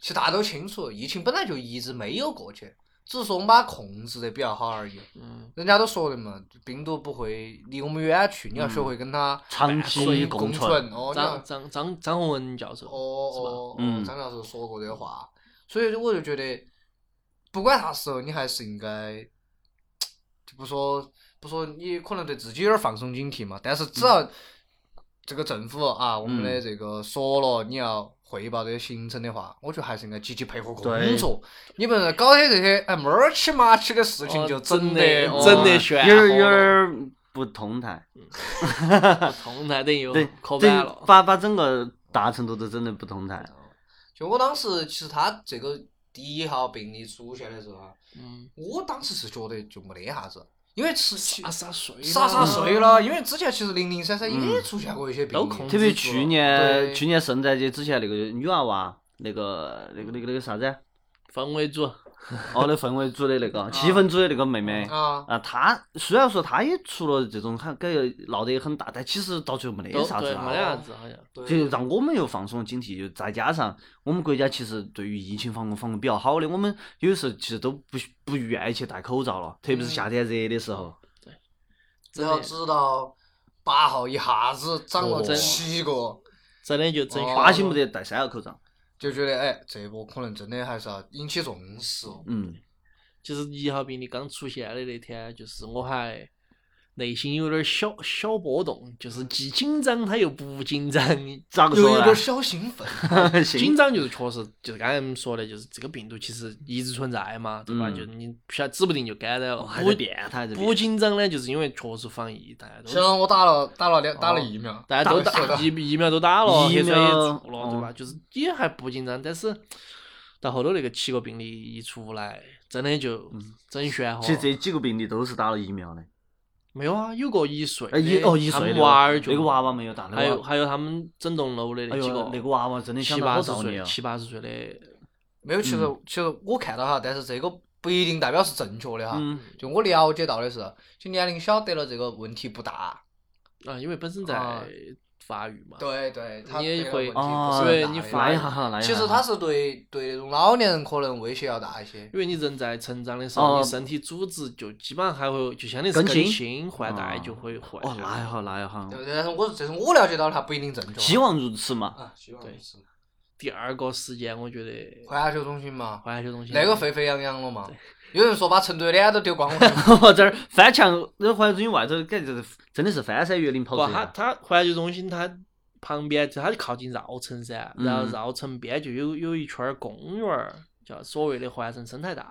Speaker 2: 其实大家都清楚，疫情本来就一直没有过去，只是说我们把它控制得比较好而已。
Speaker 4: 嗯，
Speaker 2: 人家都说的嘛，病毒不会离我们远去，你要学会跟它
Speaker 3: 嗯长期
Speaker 2: 共
Speaker 3: 共
Speaker 2: 存
Speaker 3: 存，
Speaker 2: 哦。你要
Speaker 4: 张张张张宏文教授
Speaker 2: 哦哦，哦
Speaker 3: 嗯
Speaker 2: 张教授说过这个话，所以我就觉得，不管啥时候，你还是应该，就不说不说你可能对自己有点放松警惕嘛，但是只要这个政府啊，我们的这个说了你要汇报这些行程的话，我觉得还是应该积极配合工
Speaker 3: 对
Speaker 2: 作，你不能搞些这些哎猫儿起麻起的事情
Speaker 4: 哦
Speaker 2: 就
Speaker 4: 真
Speaker 2: 整
Speaker 4: 的啊
Speaker 2: 得
Speaker 4: 真的
Speaker 2: 哦
Speaker 4: 炫
Speaker 3: 有点
Speaker 4: 火
Speaker 3: 有点不同 台，
Speaker 4: 同台等于又
Speaker 3: 对，
Speaker 4: 磕
Speaker 3: 对
Speaker 4: 板了。哦
Speaker 3: 把把整个大成都都整得不同台。
Speaker 2: 就我当时，其实他这个第一号病例出现的时候啊，
Speaker 4: 嗯，
Speaker 2: 我当时是觉得就没得啥子，因为吃
Speaker 4: 傻傻睡，
Speaker 2: 傻傻睡。了，因为之前其实零零散散也出现过一些病
Speaker 4: 都
Speaker 2: 例，
Speaker 4: 控
Speaker 3: 嗯特别
Speaker 4: 制住
Speaker 3: 去
Speaker 4: 了
Speaker 3: 年
Speaker 2: 对
Speaker 3: 去年圣诞节之前那个女娃娃，那个那个那个那个啥子？
Speaker 4: 氛围组，
Speaker 3: 哦，那氛围组的那
Speaker 4: 啊
Speaker 3: 个气氛组的那个妹妹。
Speaker 2: 啊，
Speaker 3: 啊，她虽然说她也出了这种，好感觉闹得也很大，但其实到最后没得
Speaker 4: 都
Speaker 3: 啥子
Speaker 4: 对，
Speaker 3: 啊
Speaker 4: 没得啥子好像。
Speaker 3: 就
Speaker 2: 对，
Speaker 3: 让我们又放松警惕，又再加上我们国家其实对于疫情防控防控比较好的，我们有时候其实都不不愿意去戴口罩了，特别是夏天热的时
Speaker 4: 嗯
Speaker 3: 候。
Speaker 2: 然后直到八号一下子涨了
Speaker 4: 哦真
Speaker 2: 七个，
Speaker 4: 真的就整
Speaker 2: 哦
Speaker 3: 巴西没得戴三个口罩，
Speaker 2: 就觉得哎，这波可能真的还是要引起重视哦。
Speaker 3: 嗯，
Speaker 4: 就是一号病例刚出现的那天，就是我还内心有点小小波动，就是既紧张他又不紧张，
Speaker 3: 咋个
Speaker 2: 又
Speaker 3: 说
Speaker 2: 有
Speaker 3: 呢
Speaker 2: 点？小兴奋，
Speaker 4: 紧张就是确实就是刚才我们说的，就是这个病毒其实一直存在嘛，对吧？
Speaker 3: 嗯哦
Speaker 4: 就你不晓得指不定就感染了。
Speaker 3: 还
Speaker 4: 不
Speaker 3: 在变，他还在
Speaker 4: 不
Speaker 3: 变。
Speaker 4: 紧张呢，就是因为确实防疫，大家
Speaker 2: 虽
Speaker 4: 都
Speaker 2: 然我打了打了两打了疫苗，
Speaker 4: 哦大家都
Speaker 2: 了
Speaker 4: 打
Speaker 2: 四
Speaker 4: 疫疫苗都打了，
Speaker 3: 疫
Speaker 4: 核酸也
Speaker 3: 苗
Speaker 4: 做了，对吧？
Speaker 3: 嗯
Speaker 4: 就是也还不紧张，但是到后头那个七个病例一出来，真的就整玄乎
Speaker 3: 嗯其实
Speaker 4: 了。
Speaker 3: 这几个病例都是打了疫苗的，
Speaker 4: 没有啊，有个一岁的
Speaker 3: 哎，一哦一
Speaker 4: 他
Speaker 3: 岁
Speaker 4: 们
Speaker 3: 的
Speaker 4: 娃儿就
Speaker 3: 那个娃娃没有打，那
Speaker 4: 还
Speaker 3: 个
Speaker 4: 有
Speaker 3: 娃
Speaker 4: 还有他们整栋楼的
Speaker 3: 哎
Speaker 4: 那
Speaker 3: 呦
Speaker 4: 几个，
Speaker 3: 那个娃娃真的
Speaker 4: 七
Speaker 3: 想打
Speaker 4: 八
Speaker 3: 我
Speaker 4: 十
Speaker 3: 造孽
Speaker 4: 岁
Speaker 3: 啊！
Speaker 4: 七八十岁的，
Speaker 2: 没有，其实
Speaker 4: 嗯
Speaker 2: 其实我看到哈，但是这个不一定代表是正确的哈。
Speaker 3: 嗯，
Speaker 2: 就我了解到的是，就年龄小得了这个问题不大。
Speaker 4: 啊，因为本身
Speaker 2: 啊
Speaker 4: 在发育嘛，
Speaker 2: 对对，他
Speaker 4: 啊你也
Speaker 2: 得了
Speaker 4: 会
Speaker 2: 问题不是
Speaker 3: 哦
Speaker 2: 很
Speaker 4: 嗯对
Speaker 2: 大
Speaker 4: 你
Speaker 2: 的
Speaker 4: 发
Speaker 3: 来一下哈，来一下哈。
Speaker 2: 其实他是对对那种老年人可能威胁要大一些。
Speaker 3: 嗯
Speaker 4: 因为你人在成长的时候，
Speaker 3: 哦
Speaker 4: 你身体组织就基本上还会就相当于是
Speaker 3: 更
Speaker 4: 更
Speaker 3: 新
Speaker 4: 新换代
Speaker 3: 啊
Speaker 4: 就会换
Speaker 3: 哦，那
Speaker 4: 下来
Speaker 3: 也好，那也好
Speaker 2: 对，，但是我这是我了解到的，他不一定正确。
Speaker 3: 希望如此嘛。
Speaker 2: 啊，希望
Speaker 4: 对
Speaker 2: 是
Speaker 4: 第二个时间，我觉得
Speaker 2: 环球中心嘛，
Speaker 4: 环球中
Speaker 3: 嗯
Speaker 4: 心
Speaker 2: 那个沸沸扬扬了嘛。有人说把成都的脸都丢光了，
Speaker 3: 我这儿翻墙，那环球中心外头感觉就是真的是翻山越岭跑
Speaker 4: 不，
Speaker 3: 出来
Speaker 4: 它
Speaker 3: 的。
Speaker 4: 它环球中心它旁边它就靠近绕城噻，然后
Speaker 3: 嗯
Speaker 4: 绕城边就有有一圈儿公园儿，叫所谓的环城生态带。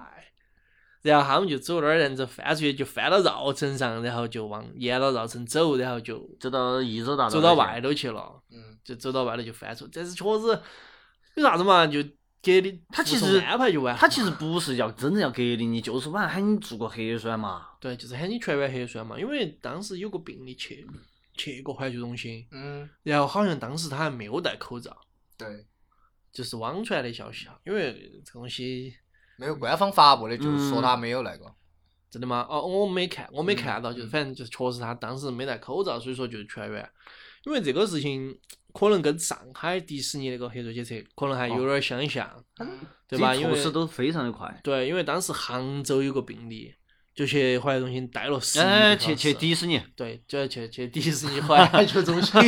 Speaker 4: 然后他们就走那儿，然后翻出去就翻到绕城上，然后就往沿着绕城走，然后就
Speaker 3: 走到益州大道那边
Speaker 4: 走到
Speaker 3: 去
Speaker 4: 外头去了，
Speaker 2: 嗯，
Speaker 4: 就走到外头就翻出。但是确实有啥子嘛，就给你
Speaker 3: 它其
Speaker 4: 服从
Speaker 3: 实
Speaker 4: 安排就完了嘛。
Speaker 3: 他其实不是要真正要隔离你，就是晚上喊你做个核酸嘛。
Speaker 4: 对，就是喊你全员核酸嘛，因为当时有个病例去去过环球中心，
Speaker 2: 嗯，
Speaker 4: 然后好像当时他还没有戴口罩，
Speaker 3: 嗯
Speaker 2: 对，
Speaker 4: 就是网传的消息啊，因为这东西
Speaker 2: 没有官方发布的，就是说
Speaker 3: 嗯
Speaker 2: 他没有那个。
Speaker 4: 真的吗？哦，我没看，我没看到，就是
Speaker 3: 嗯
Speaker 4: 反正就是确实他当时没戴口罩，所以说就是全员。因为这个事情可能跟上海迪士尼那个合作决策可能还有点相像，对
Speaker 3: 哦
Speaker 4: 吧？
Speaker 3: 啊这
Speaker 4: 因
Speaker 3: 些
Speaker 4: 为
Speaker 3: 措施都非常的快。
Speaker 4: 对，因为当时杭州有个病例，就去环球中心待了十一
Speaker 3: 哎，
Speaker 4: 个
Speaker 3: 去
Speaker 4: 小
Speaker 3: 去
Speaker 4: 时。啊
Speaker 3: 迪士尼，
Speaker 4: 对，就要去去迪士尼环球中 心，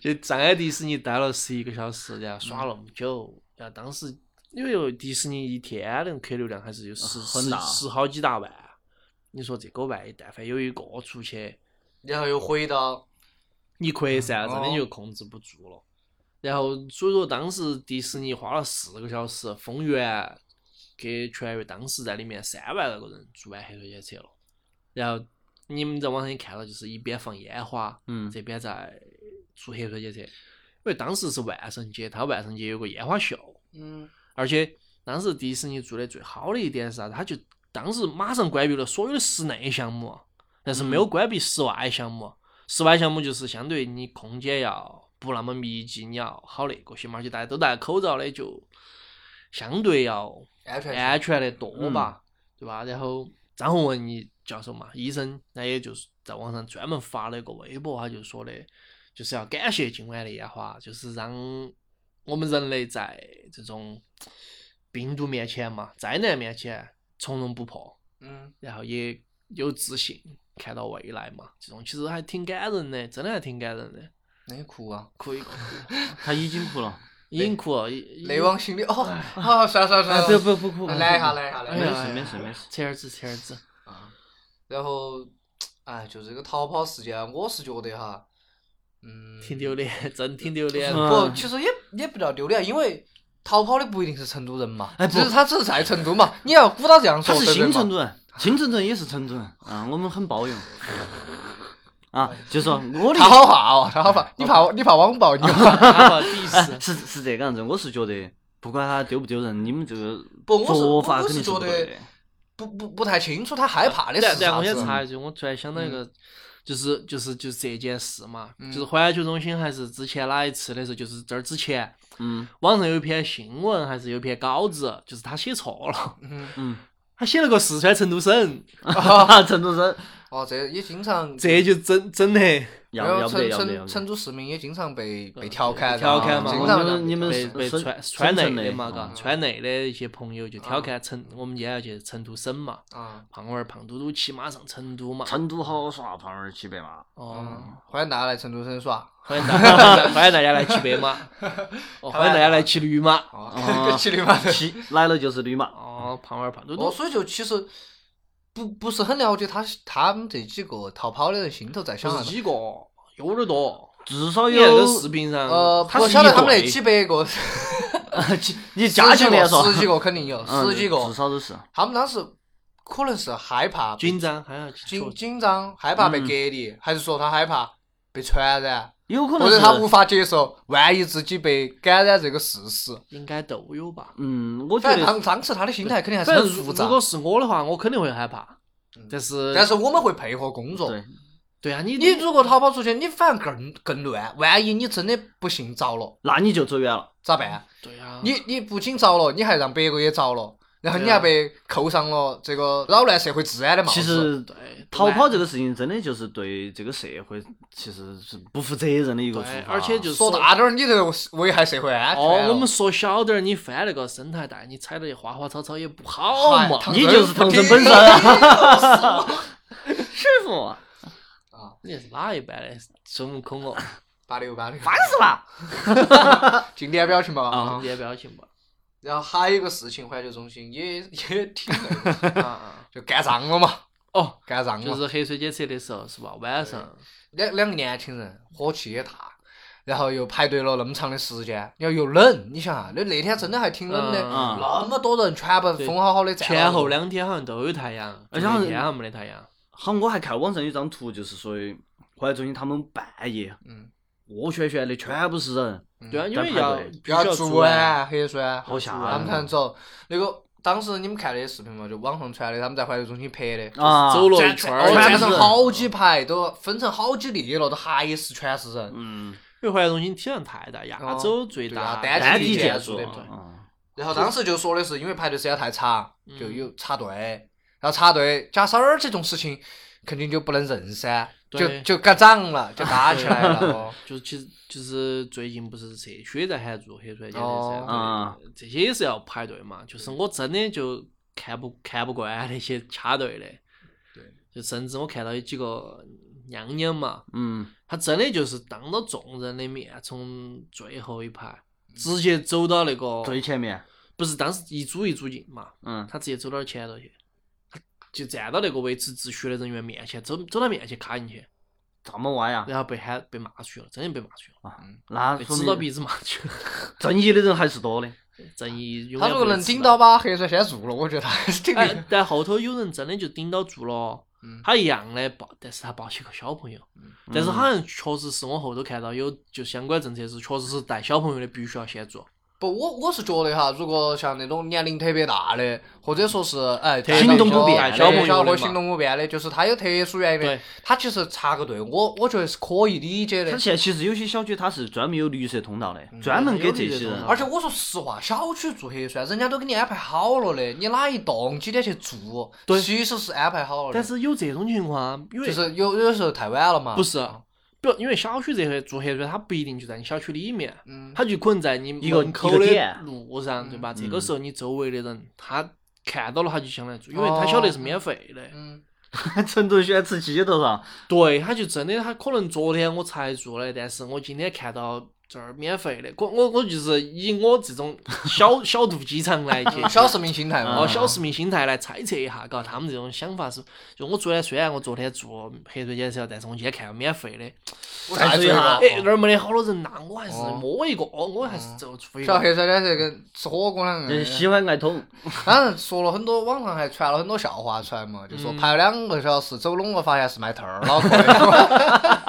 Speaker 4: 就上海迪士尼待了十一个小时，然后耍那么久，然后当时因为迪士尼一天的客流量还是有十
Speaker 3: 很大
Speaker 4: 十十好几大万，啊你说这个万一但凡有一个出去
Speaker 2: 然后又回到
Speaker 4: 一扩散，真的
Speaker 2: 哦
Speaker 4: 就控制不住了。然后所以说当时迪士尼花了四个小时封园，给全员当时在里面三万来个人做完核酸检测了。然后你们在网上也看到，就是一边放烟花，
Speaker 3: 嗯
Speaker 4: 这边在做核酸检测，因为当时是万圣节，它万圣节有个烟花秀，
Speaker 2: 嗯
Speaker 4: 而且当时迪士尼做的最好的一点是啥子？它就当时马上关闭了所有的室内项目，但是没有关闭室外项目。室外项目就是相对你空间要不那么密集，你要好那个些嘛，而且大家都戴口罩的，就相对要
Speaker 2: 安全
Speaker 4: 安全的多吧，对吧？然后张宏文一教授嘛，医生，那也就是在网上专门发了一个微博，他就说的，就是要感谢今晚的烟花，就是让我们人类在这种病毒面前嘛，灾难面前从容不迫，
Speaker 2: 嗯，
Speaker 4: 然后也有自信，看到未来嘛，这种其实还挺感人的，真的还挺感人的，
Speaker 2: 那也哭啊，
Speaker 4: 可以哭，
Speaker 3: 他已经哭 了。
Speaker 4: 已经哭了，已
Speaker 2: 泪往心里哦，好，算了算了算
Speaker 3: 哎，
Speaker 4: 啊
Speaker 2: 了，
Speaker 3: 不要不要不哭，不哭
Speaker 2: 呃
Speaker 3: 哎
Speaker 2: 来一下来一下来
Speaker 4: 一
Speaker 3: 没
Speaker 4: 下
Speaker 3: 事没事没事。
Speaker 4: 扯哎儿子扯儿子，
Speaker 2: 啊，然后，哎，就这个逃跑事件，我是觉得哈，嗯，
Speaker 4: 挺丢脸，真挺丢脸的。
Speaker 3: 嗯
Speaker 2: 不，其实也也不叫丢脸，因为逃跑的不一定是成都人嘛，
Speaker 3: 哎不
Speaker 2: 只是他只是在成都嘛，你要鼓捣这样
Speaker 3: 他
Speaker 2: 说，
Speaker 3: 是
Speaker 2: 对不对
Speaker 3: 新
Speaker 2: 嘛
Speaker 3: 成都人，轻症症也是城镇啊，我们很包容。啊，就说我的
Speaker 2: 他好怕哦，他好怕，你怕你怕网暴，你 怕
Speaker 4: 打到第一
Speaker 3: 哎，是
Speaker 4: 次，
Speaker 3: 是这个样子，我是觉得不管他丢不丢人，你们这个
Speaker 2: 不我是
Speaker 3: 做法
Speaker 2: 我
Speaker 3: 肯
Speaker 2: 是
Speaker 3: 定
Speaker 2: 觉
Speaker 3: 不对
Speaker 2: 得
Speaker 3: 的。
Speaker 2: 不不不太清楚他害怕的
Speaker 4: 但
Speaker 2: 是
Speaker 4: 但
Speaker 2: 啥
Speaker 4: 我先
Speaker 2: 子。嗯
Speaker 4: 插一句，我突然想到一个，就是就是就是这件事嘛，
Speaker 2: 嗯
Speaker 4: 就是环球中心还是之前哪一次的时候，就是这儿之前，
Speaker 3: 嗯
Speaker 4: 网上有一篇新闻还是有一篇稿子，就是他写错了，
Speaker 2: 嗯，
Speaker 3: 嗯，
Speaker 4: 他写了个四川成都省，
Speaker 2: 啊
Speaker 3: 成都人
Speaker 2: 哦，这也经常
Speaker 4: 这就整整的，
Speaker 2: 然后
Speaker 3: 要要不得
Speaker 2: 成
Speaker 3: 要不得
Speaker 2: 成
Speaker 3: 要不
Speaker 2: 成
Speaker 3: 得。
Speaker 2: 都市民也经常被被
Speaker 4: 嗯
Speaker 2: 调侃，
Speaker 4: 调
Speaker 2: 啊
Speaker 4: 侃嘛
Speaker 2: 经
Speaker 4: 我
Speaker 2: 常
Speaker 3: 们
Speaker 2: 让
Speaker 3: 哦你们
Speaker 4: 被
Speaker 3: 是
Speaker 4: 被
Speaker 3: 深
Speaker 4: 川
Speaker 3: 深
Speaker 4: 川
Speaker 3: 圳
Speaker 4: 内
Speaker 3: 的
Speaker 4: 的嘛，嘎
Speaker 3: 嗯，
Speaker 4: 川内的一些朋友就调
Speaker 2: 啊
Speaker 4: 侃成，我们今天要去成都省嘛，
Speaker 2: 啊，
Speaker 4: 胖娃儿胖嘟嘟骑马上成都嘛，
Speaker 3: 成都好耍，胖儿骑白马。
Speaker 4: 哦，
Speaker 2: 嗯，欢迎大家来成都省耍。
Speaker 4: 欢迎大家 欢迎大家来骑白 马，哦，欢迎大家来骑驴马，
Speaker 2: 哦，
Speaker 3: 哦
Speaker 2: 跟骑驴 嘛。
Speaker 3: 骑来了就是驴马。
Speaker 4: 哦，胖娃儿胖嘟
Speaker 2: 哦，
Speaker 4: 嘟，
Speaker 2: 所以就其实不不是很了解他他们这几个逃跑的人心头在想啥
Speaker 4: 就
Speaker 2: 子
Speaker 4: 是。几个，有点多。
Speaker 3: 至少
Speaker 4: 你那个视
Speaker 3: 哎有
Speaker 4: 频上，
Speaker 2: 呃，
Speaker 4: 嗯他
Speaker 2: 我
Speaker 4: 是
Speaker 2: 晓得
Speaker 4: 一
Speaker 2: 他们那
Speaker 4: 对
Speaker 2: 几百个，
Speaker 3: 几 你加起来说，
Speaker 2: 十几个肯定有，
Speaker 3: 嗯
Speaker 2: 十几个。
Speaker 3: 至少都是。
Speaker 2: 他们当时可能是害怕被
Speaker 4: 紧张，还要去
Speaker 2: 紧
Speaker 4: 戳
Speaker 2: 紧张，害怕被隔
Speaker 3: 嗯
Speaker 2: 离，还是说他害怕被传染，
Speaker 3: 有可
Speaker 2: 或
Speaker 3: 能
Speaker 2: 者
Speaker 3: 是
Speaker 2: 他无法接受万一自己被感染这个事实？
Speaker 4: 应该都有吧。
Speaker 3: 嗯，我觉
Speaker 2: 反正
Speaker 3: 得
Speaker 2: 当当时他的心态肯定还是
Speaker 4: 反
Speaker 2: 很
Speaker 4: 正
Speaker 2: 复
Speaker 4: 如
Speaker 2: 杂
Speaker 4: 如。果是我的话，我肯定会害怕。但是
Speaker 2: 但是我们会配合工作。
Speaker 3: 对，
Speaker 4: 对啊，你
Speaker 2: 你如果逃跑出去，你反而更更乱。万一你真的不幸遭了，
Speaker 3: 那你就走远了。
Speaker 2: 咋办？
Speaker 4: 对啊，
Speaker 2: 你你不仅遭了，你还让别个也遭了，然后你还被扣上了这个扰乱社会治安的帽子。
Speaker 3: 啊其实
Speaker 4: 对
Speaker 3: 逃跑这
Speaker 4: 个
Speaker 3: 个事情，真的就是对这个社会其实是不负责任的一个处
Speaker 4: 对，
Speaker 3: 罚。
Speaker 4: 而且就是
Speaker 2: 说大点儿，你这危害社会安全了。
Speaker 4: 哦，我们说小点儿，你翻那个生态带，你踩那些花花草草也不好
Speaker 2: 嗨
Speaker 4: 嘛。
Speaker 2: 哎唐
Speaker 3: 你
Speaker 2: 僧
Speaker 3: 就是
Speaker 2: 不
Speaker 3: 唐僧
Speaker 2: 听
Speaker 3: 本身啊 师傅
Speaker 4: 你是哪一班的孙悟空哦？
Speaker 2: 八六八六，
Speaker 3: 烦死了。
Speaker 2: 经典表情包
Speaker 4: 今
Speaker 2: 啊。
Speaker 4: 天表情吧。
Speaker 2: 然后还有一个事情，环球中心也也挺那个，
Speaker 4: 啊啊！
Speaker 2: 就干仗了嘛，
Speaker 4: 哦，
Speaker 2: 干仗了。
Speaker 4: 就是黑水检测的时候是吧？晚上
Speaker 2: 两两个年轻人火气也大，然后又排队了那么长的时间，然后又冷，你想啊，那那天真的还挺冷的，
Speaker 4: 嗯
Speaker 2: 那么多人全部风好好的站。
Speaker 4: 前后，两天好像都有太阳，
Speaker 3: 而且
Speaker 4: 就
Speaker 3: 好
Speaker 4: 那
Speaker 3: 像
Speaker 4: 天好像没得太阳。
Speaker 3: 好，我还看网上有张图，就是说淮中心他们半夜
Speaker 2: 嗯，
Speaker 3: 饿旋旋的，全部是人，
Speaker 4: 对啊，因为
Speaker 3: 在排
Speaker 4: 要
Speaker 3: 队
Speaker 4: 必须
Speaker 2: 不要
Speaker 4: 做
Speaker 2: 做啊，核酸，
Speaker 3: 好吓
Speaker 2: 他们才能
Speaker 3: 人
Speaker 2: 走。那个当时你们看那视频嘛，就网上传的，他们在环球中心拍的。
Speaker 3: 啊！
Speaker 4: 走了一
Speaker 2: 转
Speaker 4: 圈
Speaker 2: 转
Speaker 4: 儿，
Speaker 2: 转
Speaker 3: 全
Speaker 2: 成
Speaker 3: 是
Speaker 2: 好几排，都分成好几列了，都还是全是人。
Speaker 3: 嗯，
Speaker 4: 因为环球中心体量太大，亚洲最
Speaker 2: 哦对啊
Speaker 4: 大
Speaker 2: 单
Speaker 3: 单
Speaker 2: 体
Speaker 3: 体
Speaker 2: 建
Speaker 3: 建
Speaker 2: 筑
Speaker 3: 筑
Speaker 2: 的
Speaker 4: 对
Speaker 3: 嗯
Speaker 2: 然后当时就说的是因为排队时间太长，
Speaker 4: 嗯
Speaker 2: 就有插队，然后插队加塞儿这种事情肯定就不能认噻，就
Speaker 4: 对
Speaker 2: 就干仗 了，就打起来 了。哦
Speaker 4: 就是其实就是最近不是社区也在喊做核酸检
Speaker 2: 哦
Speaker 4: 测噻，对这些也是要排队嘛。就是我真的就看不看不惯啊那些掐队的，
Speaker 2: 对，
Speaker 4: 就甚至我看到有几个娘娘嘛，
Speaker 3: 嗯，
Speaker 4: 她真的就是当着众人的面从最后一排
Speaker 2: 嗯
Speaker 4: 直接走到那个，
Speaker 3: 最前面，
Speaker 4: 不是当时一组一组进嘛，
Speaker 3: 嗯，
Speaker 4: 她直接走到前头去，她就站到那个维持秩序的人员面前，走走到面前卡进去，
Speaker 3: 这么歪呀？
Speaker 4: 然后被喊被骂出去了，真的被骂出去了。
Speaker 3: 那
Speaker 4: 被
Speaker 3: 说
Speaker 4: 指到
Speaker 3: 明
Speaker 4: 鼻子骂去 了。
Speaker 3: 正义的人还是多的。
Speaker 4: 正义永
Speaker 2: 他
Speaker 4: 远
Speaker 2: 如
Speaker 4: 不
Speaker 2: 果
Speaker 4: 会
Speaker 2: 能
Speaker 4: 迟
Speaker 2: 顶
Speaker 4: 到
Speaker 2: 到，把核酸先做了，我觉得 还是挺厉害
Speaker 4: 哎，但后头有人真的就顶到住了
Speaker 2: 嗯。
Speaker 4: 他一样的抱，但是他抱起个小朋友，但是好像确实是我后头看到有就相关政策是确实是带小朋友的必须要先做，
Speaker 2: 不，我我是觉得哈，如果像那种年龄特别大的，或者说是哎
Speaker 4: 特别
Speaker 3: 行动不便
Speaker 2: 的
Speaker 3: 小朋友
Speaker 2: 小
Speaker 4: 的
Speaker 2: 或
Speaker 4: 嘛
Speaker 2: 行动不便的，就是他有特殊原因的
Speaker 4: 对，
Speaker 2: 他其实插个队，我我觉得是可以理解的
Speaker 3: 他。现在其实有些小区它是专门有绿色通道的，专门给这些
Speaker 4: 嗯有绿色通
Speaker 3: 人
Speaker 4: 道。
Speaker 2: 而且我说实话，小区做核酸，人家都给你安排好了的，你哪一栋几点去做，
Speaker 4: 对
Speaker 2: 其实是安排好了的。
Speaker 4: 但是有这种情况，因为
Speaker 2: 就是有有时候太晚了嘛。
Speaker 4: 不是，不因为小区这些做核酸，它不一定就在你小区里面，
Speaker 2: 嗯，
Speaker 4: 它就可能在你
Speaker 3: 个
Speaker 4: 门口
Speaker 3: 一个
Speaker 4: 的
Speaker 3: 点
Speaker 4: 路上，对吧？
Speaker 3: 嗯
Speaker 4: 这个时候你周围的人他看到了，他就想来做，因为他晓得是
Speaker 3: 哦
Speaker 4: 免费的。
Speaker 2: 嗯，
Speaker 3: 成都喜欢吃鸡头上，
Speaker 4: 对，他就真的，他可能昨天我才做的，但是我今天看到这儿免费的。我我我就是以我这种小小肚鸡肠来去
Speaker 2: 小市民心态
Speaker 3: 嗯
Speaker 2: 嘛，
Speaker 4: 哦，小市民心态来猜测一下，嘎，他们这种想法是，就我昨天虽然我昨天做黑水解释了，但是我今天看到免费的，
Speaker 2: 我
Speaker 3: 再
Speaker 2: 再
Speaker 3: 说
Speaker 2: 说
Speaker 3: 一
Speaker 2: 一
Speaker 3: 下啊
Speaker 2: 下，
Speaker 4: 哎，那儿没得好多人呐，我还是
Speaker 2: 啊哦
Speaker 4: 摸一个，哦我还是就出一
Speaker 2: 小
Speaker 4: 个。
Speaker 2: 黑酸奶这跟吃火锅
Speaker 4: 嗯
Speaker 2: 两个
Speaker 3: 人。嗯喜欢爱捅，
Speaker 2: 当然说了很多，网上还传了很多笑话出来嘛，就说
Speaker 4: 嗯
Speaker 2: 排两个小时走拢了，发现是卖兔儿 脑壳的。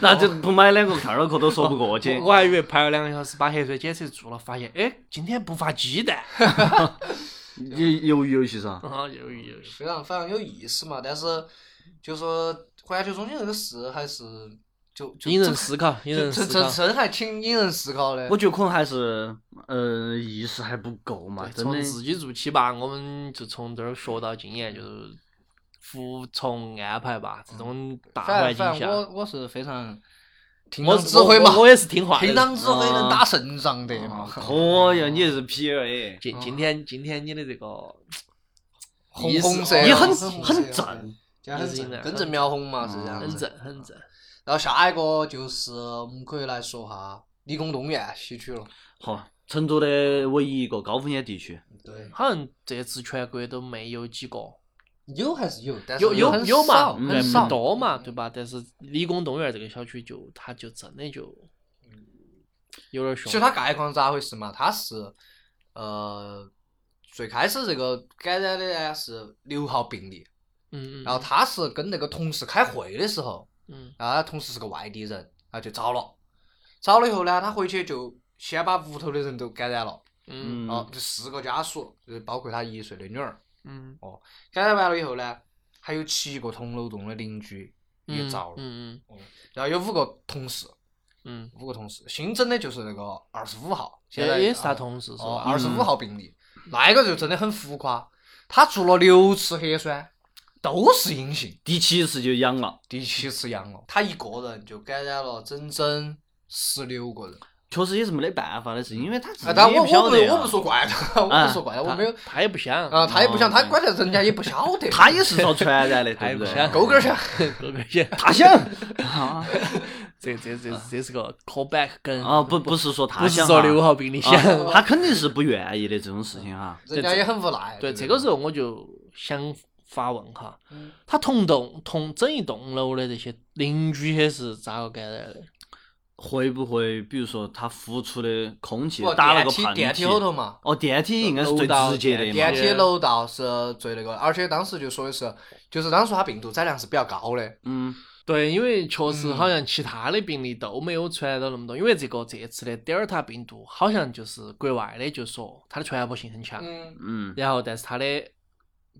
Speaker 3: 那就不买两个看脑壳都说不过去。
Speaker 4: 我我还以为排了两个小时把核酸检测做了，发现哎，今天不发鸡蛋，
Speaker 3: 鱿鱿鱼游戏噻，
Speaker 4: 啊，又又又
Speaker 2: 非常非常有意思嘛，但是就说环球中心这个事还是就就
Speaker 4: 引人
Speaker 2: 这
Speaker 4: 思考，引人
Speaker 2: 这
Speaker 4: 思
Speaker 2: 这
Speaker 4: 考。
Speaker 2: 真还挺引人思考的。
Speaker 3: 我觉得可能还是呃意识还不够嘛，
Speaker 4: 对
Speaker 3: 真
Speaker 4: 哎从
Speaker 3: 的。
Speaker 4: 自己做起吧，我们就从这儿学到经验，就是服从安排
Speaker 2: 嗯
Speaker 4: 吧。这种大
Speaker 2: 反
Speaker 4: 环境
Speaker 2: 反
Speaker 4: 下
Speaker 2: 正，我我是非常听
Speaker 4: 我
Speaker 2: 党指挥嘛
Speaker 4: 我，我也是嗯听话的啊
Speaker 2: 听
Speaker 4: 人。
Speaker 2: 党指挥能打哦胜仗的嘛。
Speaker 3: 可以，你也是 PUA，
Speaker 4: 今今天今天你的这个
Speaker 2: 红红
Speaker 4: 哦
Speaker 2: 色，
Speaker 3: 你很
Speaker 2: 红色
Speaker 3: 很正，
Speaker 2: 就很
Speaker 4: 就是这
Speaker 2: 正，
Speaker 4: 样
Speaker 2: 根正苗红嘛，是这样子。
Speaker 4: 嗯很正很正，
Speaker 2: 然后下一个就是我们可以来说哈理工动物园西区了。
Speaker 3: 好，成都的唯一一个高风险地区，
Speaker 2: 对，
Speaker 4: 好像这次全国都没有几个，
Speaker 2: 有还是有，但是
Speaker 4: 有有
Speaker 2: 很
Speaker 4: 有嘛，
Speaker 2: 少
Speaker 3: 嗯
Speaker 4: 很
Speaker 2: 很
Speaker 4: 不
Speaker 2: 少。
Speaker 4: 多嘛，对吧？但是理工动物园这个小区就它就真的就有点
Speaker 2: 其
Speaker 4: 凶
Speaker 2: 实。它概况是咋回事嘛？它是呃最开始这个感染的呢是六号病例，
Speaker 4: 嗯嗯
Speaker 2: 然后他是跟那个同事开会的时候，
Speaker 4: 嗯
Speaker 2: 然后啊他同事是个外地人，然后就找了，找了以后呢，他回去就先把屋头的人都感染了，
Speaker 4: 嗯
Speaker 2: 啊，就四个家属，就是包括他一岁的女儿，
Speaker 4: 嗯
Speaker 2: 感染完了以后呢，还有七个同楼栋的邻居也
Speaker 4: 嗯
Speaker 2: 遭了，
Speaker 4: 嗯
Speaker 2: 然后有五个同事，
Speaker 4: 嗯
Speaker 2: 五个同事新增的就是那个二十五号，现在
Speaker 4: 嗯，也是他同事是嗯
Speaker 2: 哦
Speaker 4: 吧？
Speaker 2: 二十五号病例，那一个就真的很浮夸，他做了六次核酸都是阴性，
Speaker 3: 第七次就阳了，
Speaker 2: 第七次阳
Speaker 4: 嗯
Speaker 2: 了，他一个人就感染了整整十六个人。
Speaker 3: 确实也是没得办法的
Speaker 4: 嗯
Speaker 3: 事情，因为他自己
Speaker 4: 哎
Speaker 2: 啊，但
Speaker 3: 也
Speaker 2: 我
Speaker 3: 不晓
Speaker 2: 我不
Speaker 3: 得呀
Speaker 2: 我不说怪他， 我
Speaker 3: 啊
Speaker 2: 不说怪他，我
Speaker 4: 他
Speaker 2: 没有
Speaker 4: 他也不想
Speaker 2: 啊，他也不想，
Speaker 3: 哦
Speaker 2: 他关键人家也不晓得，
Speaker 3: 他也是遭传染的，
Speaker 4: 他
Speaker 3: 对
Speaker 4: 也
Speaker 3: 不
Speaker 4: 不
Speaker 3: 对
Speaker 4: 想？
Speaker 2: 勾 勾儿想，
Speaker 4: 哥哥想，
Speaker 3: 他想啊
Speaker 4: 这这这
Speaker 2: 啊
Speaker 4: 这是个 callback 梗
Speaker 3: 啊，不不是说他
Speaker 4: 不是
Speaker 3: 想
Speaker 4: 说
Speaker 3: 啊
Speaker 4: 六号病例想。
Speaker 3: 啊他肯定是不愿意的这种事情啊哈。
Speaker 2: 人家也很无奈。嗯
Speaker 4: 对，
Speaker 2: 不
Speaker 4: 这个时候我就想发问哈
Speaker 2: 嗯，
Speaker 4: 他同栋同整一栋楼的这些邻居也是咋个感染的？
Speaker 3: 会不会比如说他呼出的空气
Speaker 2: 不
Speaker 3: 打了
Speaker 2: 电
Speaker 3: 个
Speaker 2: 梯
Speaker 3: 喷
Speaker 2: 电梯后头
Speaker 3: 嚏？
Speaker 2: 嘛，
Speaker 3: 哦，电梯应该是最直接的
Speaker 2: 电
Speaker 3: 嘛。
Speaker 2: 梯楼道是最那个，而且当时就说的是，就是当时它病毒载量是比较高的，
Speaker 3: 嗯，
Speaker 4: 对，因为确
Speaker 2: 嗯
Speaker 4: 实好像其他的病例都没有传染到那么多，因为这个这次的德尔塔病毒好像就是国外的就说它的传播性很强，
Speaker 2: 嗯
Speaker 3: 嗯，
Speaker 4: 然后但是它的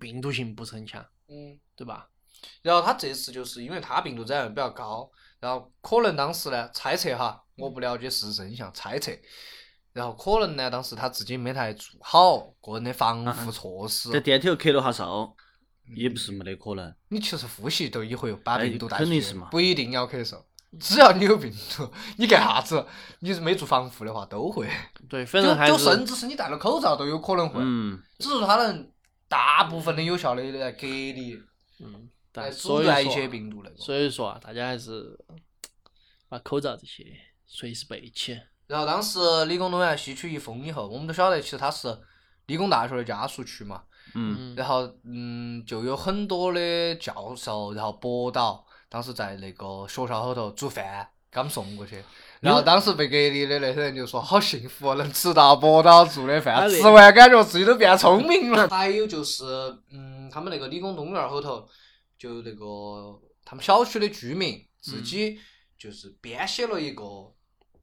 Speaker 4: 病毒性不是很强，
Speaker 2: 嗯。
Speaker 4: 对吧？
Speaker 2: 然后他这次就是因为他病毒载量比较高，然后可能当时呢猜测哈，我不了解事实真相，猜测。然后可能呢，当时他自己没太做好个人的防
Speaker 3: 啊
Speaker 2: 护措施，
Speaker 3: 在电梯头咳了下嗽，也不是没得可能。
Speaker 2: 你其实呼吸都也会有把病毒带
Speaker 3: 哎肯
Speaker 2: 出
Speaker 3: 定
Speaker 2: 去，
Speaker 3: 是嘛
Speaker 2: 不一定要咳嗽，只要你有病毒，你干啥子，你是没做防护的话都会，
Speaker 4: 对，反
Speaker 2: 就
Speaker 4: 正还
Speaker 2: 就是甚至是你戴了口罩都有可能会，
Speaker 3: 嗯，
Speaker 2: 只是它能大部分的有效的来隔离，
Speaker 4: 嗯，
Speaker 2: 来
Speaker 4: 但所
Speaker 2: 哎阻
Speaker 4: 以
Speaker 2: 断一
Speaker 4: 说
Speaker 2: 些病毒那个。
Speaker 4: 所以说啊，大家还是把口罩这些随时备起。
Speaker 2: 然后当时理工动物园西区一封以后，我们都晓得其实它是理工大学的家属区嘛。
Speaker 3: 嗯，
Speaker 4: 嗯，
Speaker 2: 然后嗯，就有很多的教授，然后博导，当时在那个学校后头煮饭给他们送过去。然后当时被隔离的那些人就说：“好幸福哦，能吃到博导做的
Speaker 4: 哎
Speaker 2: 饭，
Speaker 4: 对
Speaker 2: 吃完感觉自己都变聪明了。”啊还有就是，嗯，他们那个理工动物园后头，就那个他们小区的居民自己就是编写了一个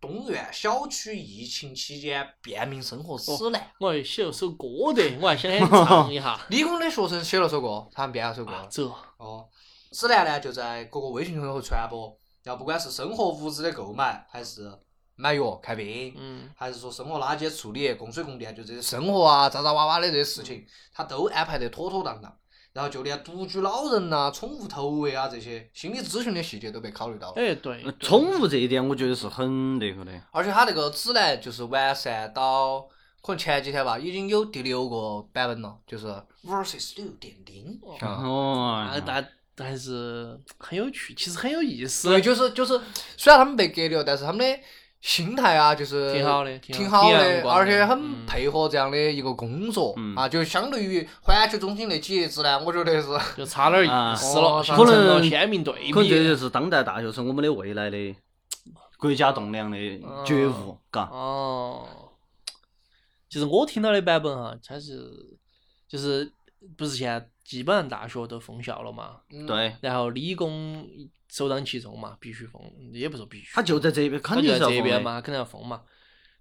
Speaker 2: 东苑小区疫情期间便民生活指南。
Speaker 4: 我还写了首歌的，我还想给你唱一下。
Speaker 2: 理工的学生写了首歌，他们编了首歌。
Speaker 4: 啊，走，
Speaker 2: 哦，指南呢就在各个微信群后传播，然后不管是生活物资的购买，还是买药看病，
Speaker 4: 嗯，
Speaker 2: 还是说生活垃圾处理、供水供电，就这些生活啊、杂杂哇哇的这些事情，他都安排得妥妥当当。然后就连独居老人呐、宠物投喂啊这些心理咨询的细节都被考虑到了。
Speaker 4: 哎，对，对
Speaker 3: 宠物这一点我觉得是很那个的。
Speaker 2: 而且他那个指南就是完善到可能前几天吧，已经有第六个版本了，就是 versus 六点零。啊
Speaker 3: 哦
Speaker 4: 啊，，大家还是很有趣，其实很有意思啊
Speaker 2: 对，。就是就是，虽然他们被隔离了，但是他们的心态啊，就是
Speaker 4: 挺好的挺好
Speaker 2: 挺好
Speaker 4: 挺阳
Speaker 2: 的，
Speaker 4: 光
Speaker 2: 而且
Speaker 4: 的
Speaker 2: 很
Speaker 4: 嗯
Speaker 2: 配合这样的一个工作、
Speaker 3: 嗯
Speaker 2: 啊，就相对于环球中心那几爷子呢，我觉得是
Speaker 4: 就差点
Speaker 3: 啊
Speaker 4: 意思了，
Speaker 2: 哦
Speaker 4: 形
Speaker 2: 可
Speaker 4: 成了
Speaker 3: 能
Speaker 4: 鲜明对比。
Speaker 3: 可能这就是当代大学生我们的未来的国家栋梁的觉悟，嘎、
Speaker 4: 哦，其实我听到的版本哈，它是就是不是现在基本上大学都封校了嘛，
Speaker 2: 嗯
Speaker 3: 嗯对，
Speaker 4: 然后理工首当其冲嘛，必须封，也不说必须，
Speaker 3: 他就在这边，肯
Speaker 4: 他
Speaker 3: 定
Speaker 4: 就是在
Speaker 3: 要
Speaker 4: 这边
Speaker 3: 疯的。
Speaker 4: 嘛，肯定要封嘛。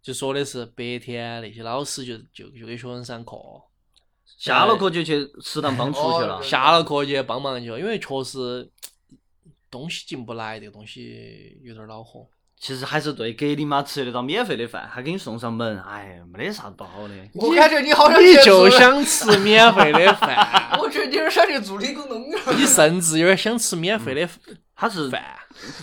Speaker 4: 就说的是白天那些老师就就就给学生上课，
Speaker 3: 下了课就去食堂帮出去了
Speaker 2: 哦，
Speaker 4: 下了课也帮忙去，因为确实东西进不来，这个东西有点恼火。
Speaker 3: 其实还是对，给你妈吃得到免费的饭，还给你送上门，哎，没得啥不好的。
Speaker 2: 我感觉你 好像
Speaker 4: 你
Speaker 2: 去
Speaker 4: 就
Speaker 2: 做
Speaker 4: 想吃免费的饭，
Speaker 2: 我觉得你有点想去做理工农了。
Speaker 4: 你甚至有点想吃免费的
Speaker 3: 他是
Speaker 4: 饭。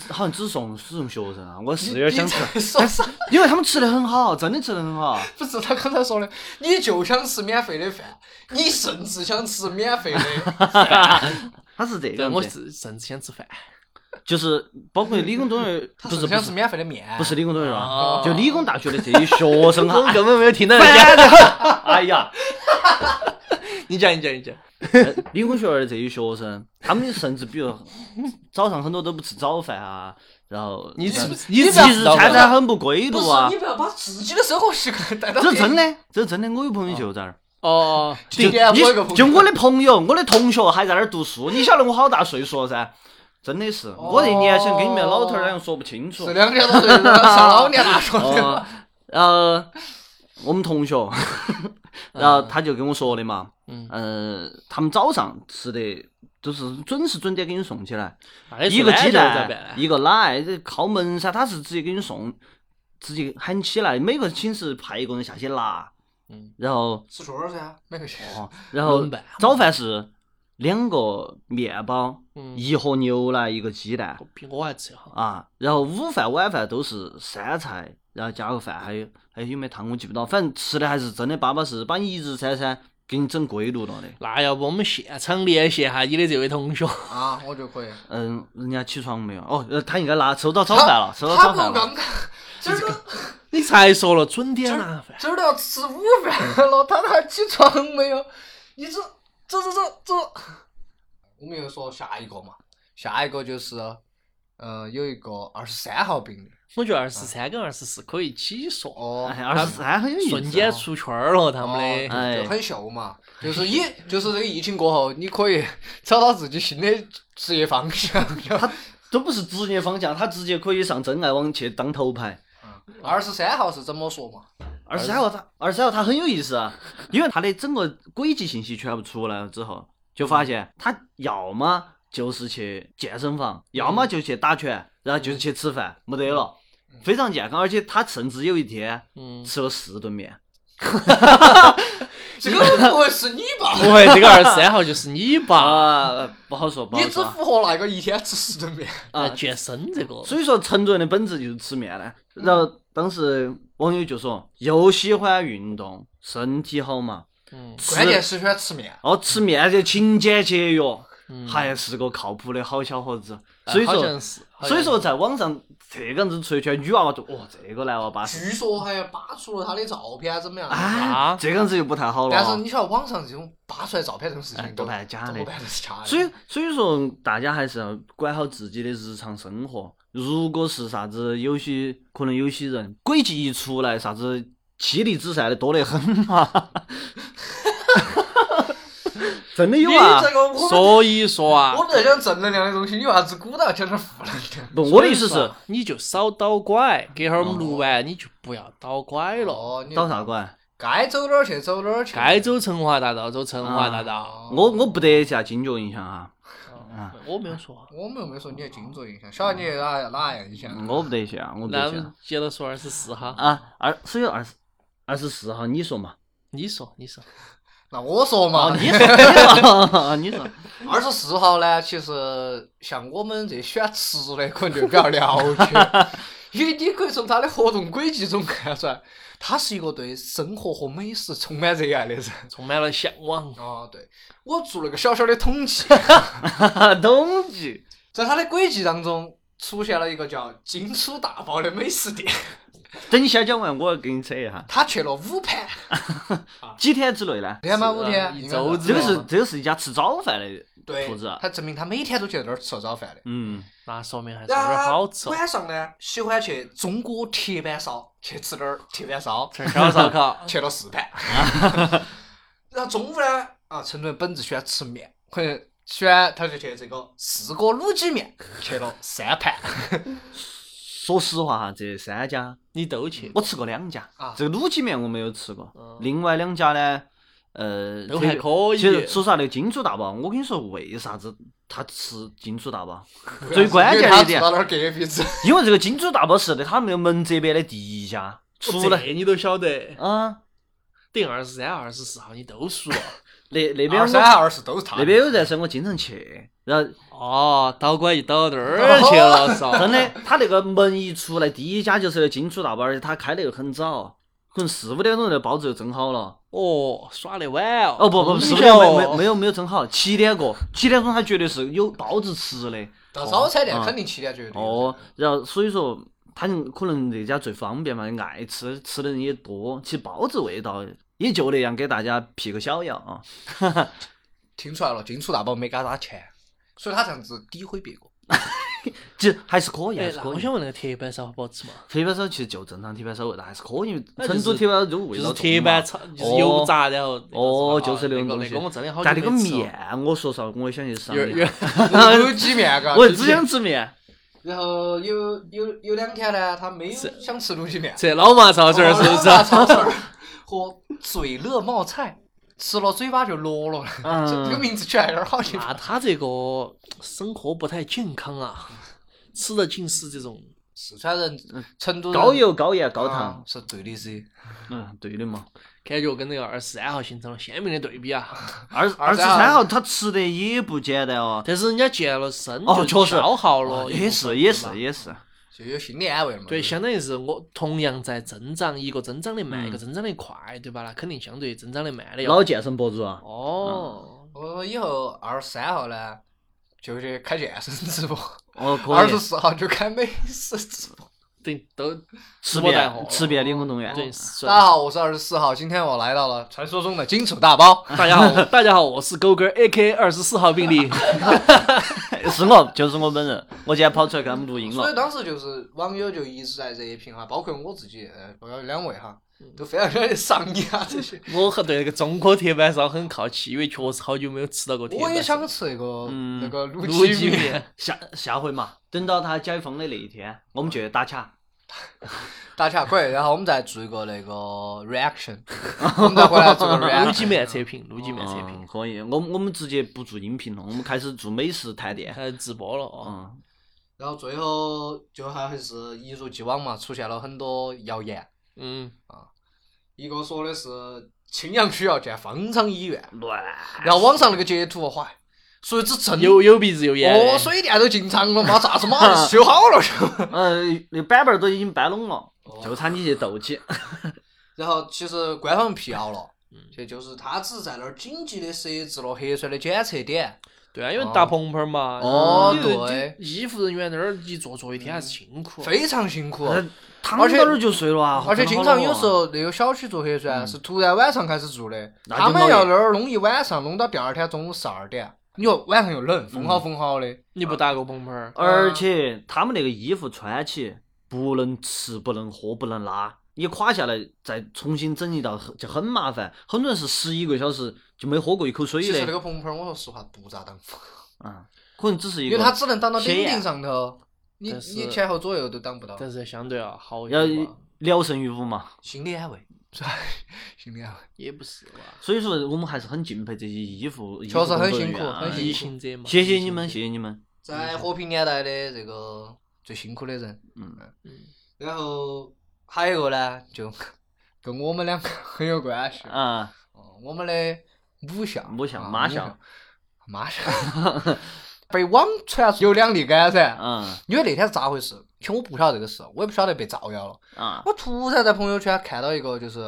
Speaker 3: 好像只送只送学生啊，我是 有点想吃，
Speaker 2: 你说啥？
Speaker 3: 因为他们吃的很好，真的吃的很 好。
Speaker 2: 不是他刚才说的，你就想吃免费的饭，你甚至想吃免费的。
Speaker 3: 他是这个
Speaker 4: 对，
Speaker 3: 样
Speaker 4: 我
Speaker 3: 子，
Speaker 4: 是甚至想吃饭。
Speaker 3: 就是包括理工中 学，
Speaker 2: 他
Speaker 3: 不
Speaker 2: 甚
Speaker 3: 是
Speaker 2: 至
Speaker 3: 不
Speaker 2: 想吃
Speaker 3: 是
Speaker 2: 免费的面，
Speaker 3: 不是理工中学啊
Speaker 4: 哦，
Speaker 3: 就理工大学的这些学生
Speaker 4: 我
Speaker 3: 哈，
Speaker 4: 根本没有听到人家。
Speaker 3: 哎呀哎呀，
Speaker 4: 你讲，你讲，你讲。
Speaker 3: 呃理工学院的这些学生，他们甚至比如早上很多都不吃早饭啊，然后
Speaker 4: 你是
Speaker 3: 日
Speaker 4: 你
Speaker 2: 你
Speaker 4: 是
Speaker 2: 咋
Speaker 3: 日餐餐很不规
Speaker 2: 不
Speaker 3: 律
Speaker 2: 是
Speaker 3: 啊
Speaker 2: 你，不要把自己的生活习惯带到
Speaker 3: 这
Speaker 2: 别
Speaker 3: 是真
Speaker 2: 人。
Speaker 3: 的，这是真的。我有朋友就这 儿，
Speaker 4: 哦，
Speaker 2: 今天我有个朋
Speaker 3: 你
Speaker 2: 友
Speaker 3: 就我的朋友，我的同学还在那儿读书，你晓得我好大岁数了噻。真的是，我这年想跟你们老头儿两个说不清楚
Speaker 2: 哦是。两天多岁上老年大学的。
Speaker 3: 哦，呃，我们同学， 然后他就跟我说的嘛，
Speaker 4: 嗯
Speaker 3: 呃，他们早上吃的就是准时准点给你送起来，一
Speaker 4: 一
Speaker 3: 个鸡
Speaker 4: 咋
Speaker 3: 蛋
Speaker 4: 办？
Speaker 3: 一个奶，这敲门噻，他是直接给你送，直接喊起来，每个寝室派一个人下去拿，
Speaker 4: 嗯，
Speaker 3: 然后
Speaker 2: 吃串儿噻，每个钱。
Speaker 3: 哦，然后
Speaker 4: 轮班
Speaker 3: 早饭是两个面包，
Speaker 4: 嗯
Speaker 3: 一盒牛奶，一个鸡蛋
Speaker 4: 我比我还吃哈。
Speaker 3: 啊，然后午饭晚饭都是三菜，然后加个饭，还有还有有没有汤我记不到，反正吃的还是真的巴巴适，适，把你一日三餐给你整规律了的。
Speaker 4: 那要不我们现场联系一下你的这位同学？
Speaker 2: 啊，我就可以。
Speaker 3: 嗯，人家起床没有？哦，呃他应该拿收到早饭了，收到
Speaker 2: 他
Speaker 3: 早
Speaker 2: 不
Speaker 3: 饭了
Speaker 2: 刚。刚这儿都
Speaker 4: 你才说了准点拿饭，
Speaker 2: 这儿都要吃午饭了，他还起床没有？你这这这这这，我们又说下一个嘛，下一个就是，呃，有一个二十三号病例
Speaker 4: 我觉得二十三跟二十四可以一起说，
Speaker 2: 哦，
Speaker 3: 哎，二十三很有意思、哦。
Speaker 4: 瞬间出圈儿了他
Speaker 2: 他
Speaker 4: 们
Speaker 2: 们
Speaker 4: 的。
Speaker 2: 的
Speaker 3: 哎
Speaker 2: 就很秀嘛，就是你就是这个疫情过后，你可以找到自己新的职业方向。
Speaker 3: 都不是职业方向，他直接可以上真爱网去当头牌。
Speaker 2: 二十三号是怎么说嘛？
Speaker 3: 二十三号他，二十三号他很有意思啊，因为他的整个轨迹信息全部出来了之后，就发现他要么就是去健身房，要么就去打拳，然后就是去吃饭，没得了，
Speaker 2: 嗯
Speaker 3: 非常健康。而且他甚至有一天
Speaker 4: 嗯，
Speaker 3: 吃了四顿面，
Speaker 2: 这个不会是你吧？
Speaker 4: 不会，这个二十三号就是你 吧？
Speaker 3: 啊，不好说，不
Speaker 2: 嗯
Speaker 3: 好
Speaker 2: 你只
Speaker 3: 说
Speaker 2: 符合那个一天吃十顿面。
Speaker 4: 啊，
Speaker 3: 啊。
Speaker 4: 健身这个，
Speaker 3: 所以说，成都人的本质就是吃面呢。然后当时网友就说，又喜欢运动，身体好嘛，
Speaker 4: 嗯
Speaker 3: 吃
Speaker 2: 关键是喜欢吃面。
Speaker 3: 哦，吃面就勤俭节约，
Speaker 4: 嗯，
Speaker 3: 还是个靠谱的好小伙子。
Speaker 2: 哎
Speaker 3: 所以
Speaker 4: 好
Speaker 3: 说
Speaker 4: 像，是，好
Speaker 3: 所以
Speaker 4: 像
Speaker 3: 说在网上这个样子出圈，女娃娃就哦，这个男娃巴适，
Speaker 2: 据说还扒出了他的照片，怎么样？
Speaker 3: 哎
Speaker 4: 啊，
Speaker 3: 这个样子就不太好了
Speaker 2: 但是
Speaker 3: 啊。
Speaker 2: 你晓得网上这种扒出来照片这种事
Speaker 3: 哎
Speaker 2: 情，
Speaker 3: 多半是假的
Speaker 2: 多半都是假的。
Speaker 3: 所以，所以说大家还是要管好自己的日常生活。如果是啥子，有些可能有些人轨迹一出来，啥子妻离子散的多得很 嘛，真的有啊
Speaker 2: 你。这个我们
Speaker 4: 所以说啊
Speaker 2: 我，们在讲正能量的东西，你为啥子鼓捣讲点负能量？
Speaker 3: 不，我的意思是，
Speaker 4: 你就少倒拐，给会儿我
Speaker 3: 嗯
Speaker 4: 们录完，你就不要倒拐了，
Speaker 2: 哦，你
Speaker 3: 搞啥鬼？
Speaker 2: 该走哪儿去走哪儿去。
Speaker 4: 该走成华大道走成华大道。
Speaker 2: 哦。
Speaker 3: 我我不得一下警觉影响哈，嗯
Speaker 4: 我没有说啊，
Speaker 2: 我们又没说你的金主影响，晓得你哪哪样影响？
Speaker 3: 我不得一下，我不
Speaker 4: 那
Speaker 3: 得
Speaker 4: 我
Speaker 3: 一
Speaker 4: 们
Speaker 3: 下
Speaker 4: 接着说二十四哈，
Speaker 3: 啊。二，所以二十二十四号，你说嘛？
Speaker 4: 你说你说，
Speaker 2: 那我说嘛，
Speaker 3: 你说，你说，你说，
Speaker 2: 二十四号呢，其实像我们这喜欢吃的，可能就比较了解， 因为你可以从他的活动轨迹中看出来，他是一个对生活和美食充满热爱的人。
Speaker 4: 充满了向往。
Speaker 2: 哦，对， 我做了个小小的统计，
Speaker 3: 冬季
Speaker 2: 在他的轨迹当中，出现了一个叫“金出大爆”的美食店，
Speaker 3: 等你先讲完，我给你扯一下。
Speaker 2: 他去了五盘，
Speaker 3: 几天之内呢？
Speaker 2: 天吗？五
Speaker 4: 是啊
Speaker 2: 天，
Speaker 4: 一
Speaker 2: 应该
Speaker 4: 周之
Speaker 3: 这个
Speaker 4: 内
Speaker 3: 是这个是一家吃早饭的
Speaker 2: 对
Speaker 3: 铺子，，啊
Speaker 2: 他证明他每天都去那儿吃早饭的。
Speaker 3: 嗯，
Speaker 4: 那说明还是有
Speaker 2: 然
Speaker 4: 点
Speaker 2: 后
Speaker 4: 好吃哦。
Speaker 3: 啊
Speaker 2: 晚上呢，喜欢去中国铁板烧去吃点儿铁板 烧，，
Speaker 4: 吃小烧烤
Speaker 2: 去了四盘。然后中午呢，啊，成都人本质喜欢吃面，可能喜欢他就去这个四锅卤鸡面去了三盘。
Speaker 3: 说实话哈，这三家
Speaker 4: 你都去，
Speaker 3: 我吃过两家
Speaker 2: 啊，
Speaker 3: 这个卤鸡面我没有吃过
Speaker 4: 嗯，
Speaker 3: 另外两家呢，呃，
Speaker 4: 都
Speaker 3: 这个
Speaker 4: 还可以
Speaker 3: 其实说实话，那个金主大宝，我跟你说，为啥子他吃金主大宝？ 最关键的一
Speaker 2: 因为
Speaker 3: 点
Speaker 2: 他住到那儿隔壁子，
Speaker 3: 因为这个金主大宝是的他们那个门这边的第一家，除了
Speaker 4: 这你都晓得，
Speaker 3: 啊，
Speaker 4: 等于二十三、二十四号你都熟。
Speaker 3: 那那边
Speaker 2: 二啊三
Speaker 3: 我
Speaker 2: 二四都是他。
Speaker 3: 那边有人生，我经常去，然后
Speaker 4: 哦，导管一导那儿去 了，是吧？
Speaker 3: 真的，他那个门一出来，第一家就是那金主大宝，而且他开的又很早，可能四五点钟那包子就蒸好了。
Speaker 4: 哦，耍得晚哦。
Speaker 3: 哦不不，四
Speaker 4: 是
Speaker 3: 五点没没没有没有蒸好，七点过，七点钟他绝对是有包子吃的。
Speaker 2: 到早餐店
Speaker 3: 哦
Speaker 2: 肯定七点就有的。
Speaker 3: 哦，然后所以说他可能那家最方便嘛，爱吃吃的人也多，其实包子味道也就那样，给大家辟个小谣啊。
Speaker 2: 听出来了，金主大宝没给他打钱，所以他这样子诋毁 别个。
Speaker 3: 其实还是可以，还
Speaker 4: 哎，
Speaker 3: 是
Speaker 4: 那
Speaker 3: 可
Speaker 4: 我
Speaker 3: 以。
Speaker 4: 想问那个铁板烧好不好吃嘛？
Speaker 3: 铁板烧其实就正常铁板烧味道还是可以，
Speaker 4: 那就
Speaker 3: 成
Speaker 4: 是
Speaker 3: 都铁板烧就味
Speaker 4: 就
Speaker 3: 道
Speaker 4: 是
Speaker 3: 重
Speaker 4: 铁
Speaker 3: 嘛
Speaker 4: 板炒，就是油炸，然后
Speaker 3: 哦，就是
Speaker 4: 那
Speaker 3: 种
Speaker 4: 个
Speaker 3: 东
Speaker 4: 那
Speaker 3: 西。
Speaker 4: 个我真的好久
Speaker 3: 但那个
Speaker 4: 没吃了
Speaker 3: 面，我说实话，我也想去尝
Speaker 4: 有
Speaker 3: 一
Speaker 4: 有
Speaker 3: 下。
Speaker 2: 有几面啊嘎，
Speaker 3: 我只想吃 面，
Speaker 2: 然后有有有两天呢，他没有
Speaker 4: 是
Speaker 2: 想吃卤鸡面，
Speaker 4: 这老麻烧
Speaker 2: 哦
Speaker 4: 子儿是不 是？
Speaker 2: 老大超市儿和嘴乐冒菜，吃了嘴巴就落了。
Speaker 3: 嗯
Speaker 2: 这这个名字取得有点好听。
Speaker 4: 那啊他这个生活不太健康啊， 吃的尽是这种
Speaker 2: 四川人、成都人
Speaker 3: 高油、高盐、
Speaker 2: 啊
Speaker 3: 高糖。
Speaker 2: 是对的噻。
Speaker 3: 嗯，对的嘛。
Speaker 4: 感觉跟那个二十三号形成了鲜明的对比啊。
Speaker 3: 二二十
Speaker 2: 这样
Speaker 3: 三号哦他吃的也不简单哦。
Speaker 4: 但是人家健了身，
Speaker 3: 哦
Speaker 4: 就
Speaker 3: 确实
Speaker 4: 消耗了一部分，
Speaker 3: 也是也
Speaker 4: 对吧
Speaker 3: 是也是，
Speaker 2: 就有心理安慰了嘛。
Speaker 4: 对，
Speaker 2: 就是
Speaker 4: 相当于是我同样在增长，一个增长的慢，一个增长的快，对吧？那肯定相对增长的慢的要
Speaker 3: 老健身博主啊。
Speaker 4: 嗯哦，
Speaker 2: 我以后二十三号呢，就去开健身直播；
Speaker 3: 哦，可
Speaker 2: 二十
Speaker 3: 以。
Speaker 2: 四号就开美食直播。
Speaker 4: 对，都
Speaker 3: 吃
Speaker 4: 我带货
Speaker 3: 遍吃遍理工动员。
Speaker 4: 对。
Speaker 2: 大家好，我是二十四号，今天我来到了传说中的荆楚大包。
Speaker 4: 大家好，大家好，我是勾哥 A K 二十四号病例。
Speaker 3: 是我，就是我本人。我今天跑出来给他们录音
Speaker 2: 所以
Speaker 3: 了。
Speaker 2: 当时就是网友就一直在热评啊哈，包括我自己，呃，包括两位哈，
Speaker 4: 嗯
Speaker 2: 都非常非常上瘾啊这 些。
Speaker 4: 我很对那个中国铁板烧很好奇，因为确实好久没有吃到过铁
Speaker 2: 我
Speaker 4: 板
Speaker 2: 也
Speaker 4: 烧。
Speaker 2: 想吃那个
Speaker 3: 嗯
Speaker 2: 那个卤
Speaker 4: 卤鸡
Speaker 2: 面，
Speaker 4: 面，
Speaker 3: 哎下下回嘛，等到他解封的那一天，我们就去打卡。
Speaker 2: 打起来可以，然后我们再做一个那个 reaction，我们再回来做个
Speaker 4: 卤鸡
Speaker 2: reaction。
Speaker 4: 面测评，卤鸡面测评，
Speaker 3: 嗯，可以。我们我们直接不做音频了，我们开始做美食探 店。
Speaker 4: 开始直播了哦。
Speaker 3: 嗯，
Speaker 2: 然后最后就还是一如既往嘛，出现了很多谣言，
Speaker 4: 嗯，
Speaker 2: 一个说的是青羊区要建方舱医院，
Speaker 3: 乱。
Speaker 2: 然后网上那个截图，哇，说之真
Speaker 4: 有有鼻子有眼的。
Speaker 2: 哦，水电都进场了嘛，咋子嘛修好了 就。
Speaker 3: 呃，那板板儿都已经搬拢了，就差你去斗起。
Speaker 2: 然后其实官方辟谣了，这就是他只是在那儿紧急的设置了核酸的检测点。
Speaker 4: 对啊，因为搭棚棚嘛。
Speaker 2: 哦
Speaker 4: 你就
Speaker 2: 对。嗯
Speaker 4: 你医护人员在那儿一坐坐一天还是辛苦。
Speaker 2: 非常辛苦。 啊
Speaker 3: 呃躺到那儿就睡了啊！
Speaker 2: 而且经常有时
Speaker 3: 好
Speaker 2: 候那个小区做核酸是突然晚上开始做的，
Speaker 3: 那
Speaker 2: 他
Speaker 3: 就
Speaker 2: 们
Speaker 3: 闹
Speaker 2: 要那
Speaker 3: 了
Speaker 2: 儿弄一晚上，弄到第二天中午十二点。你说晚上又冷，风好风好的，
Speaker 4: 你不搭个棚棚，
Speaker 3: 恼恼火，而
Speaker 2: 嗯
Speaker 3: 且他们那个衣服穿起不能吃、不能喝、不能拉，你垮下来再重新整一道很就很麻烦。很多人是十一个小时就没喝过一口水
Speaker 2: 其实那
Speaker 3: 的，
Speaker 2: 个棚棚，我说实话不咋当，
Speaker 3: 嗯，可能只是一
Speaker 2: 因
Speaker 3: 个
Speaker 2: 为它只能挡到
Speaker 3: 显
Speaker 2: 顶
Speaker 3: 眼
Speaker 2: 顶上头，你
Speaker 4: 但是
Speaker 2: 你前后左右都挡不到。
Speaker 4: 但是相对啊，好一
Speaker 3: 要
Speaker 4: 点吧，
Speaker 3: 聊胜于无嘛。
Speaker 2: 心理安慰， 是吧？心理安慰，
Speaker 4: 也不是吧。
Speaker 3: 所以说，我们还是很敬佩这些衣服，
Speaker 2: 确实很
Speaker 3: 衣服
Speaker 2: 辛苦
Speaker 3: 工作人员啊
Speaker 2: 很辛苦
Speaker 4: 啊疫情者嘛，
Speaker 3: 哎谢谢
Speaker 4: 疫情
Speaker 3: 你们，
Speaker 4: 者
Speaker 3: 谢谢你们。
Speaker 2: 在和平年代的这个最辛苦的人，
Speaker 3: 嗯，
Speaker 2: 然后还有一个呢，就 跟我们两个很有关系。
Speaker 3: 啊，
Speaker 2: 哦我们的母校、
Speaker 3: 母校
Speaker 2: 啊
Speaker 3: 马校、
Speaker 2: 马校 被网传有两例感染。
Speaker 3: 嗯
Speaker 2: 因为那天是咋回事？其实我不晓得这个事，我也不晓得被造谣了。
Speaker 3: 啊，
Speaker 2: 我突然在朋友圈看到一个，就是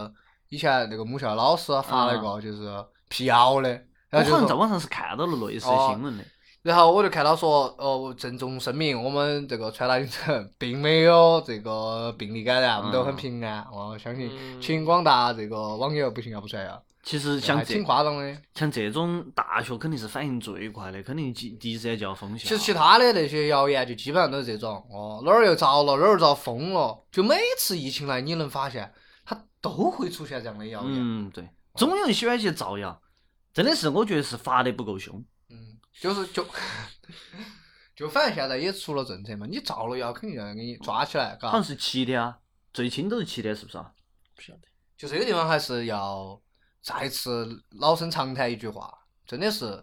Speaker 2: 以前那个母校老啊师发了一个，就是辟谣的，
Speaker 3: 啊我
Speaker 2: 然后就
Speaker 3: 好像在
Speaker 2: 说
Speaker 3: 网上是看到了类似的
Speaker 2: 哦
Speaker 3: 新闻的。
Speaker 2: 然后我就看到说，哦，郑重声明，我们这个川大影城并没有这个病例感染，我们都很平安。我相信，
Speaker 4: 嗯
Speaker 2: 请广大这个网友不行要不传呀，
Speaker 3: 其实
Speaker 2: 还
Speaker 3: 像这
Speaker 2: 挺夸张的。
Speaker 3: 像这种大学肯定是反应最快的，肯定第第一时间就要封校。
Speaker 2: 其实其他的那些谣言就基本上都是这种，哦，哪儿又遭了，哪儿又遭封了，就每次疫情来，你能发现它都会出现这样的谣言。
Speaker 3: 嗯，对，总有人喜欢去造谣，真的是我觉得是罚得不够凶。
Speaker 2: 嗯，就是就 就反正现在也出了政策嘛，你造了谣肯定要给你抓起来，嘎。
Speaker 3: 好像是七天啊，最轻都是七天，是不是啊？
Speaker 4: 不晓得。
Speaker 2: 就这个地方还是要再次老生常谈一句话，真的是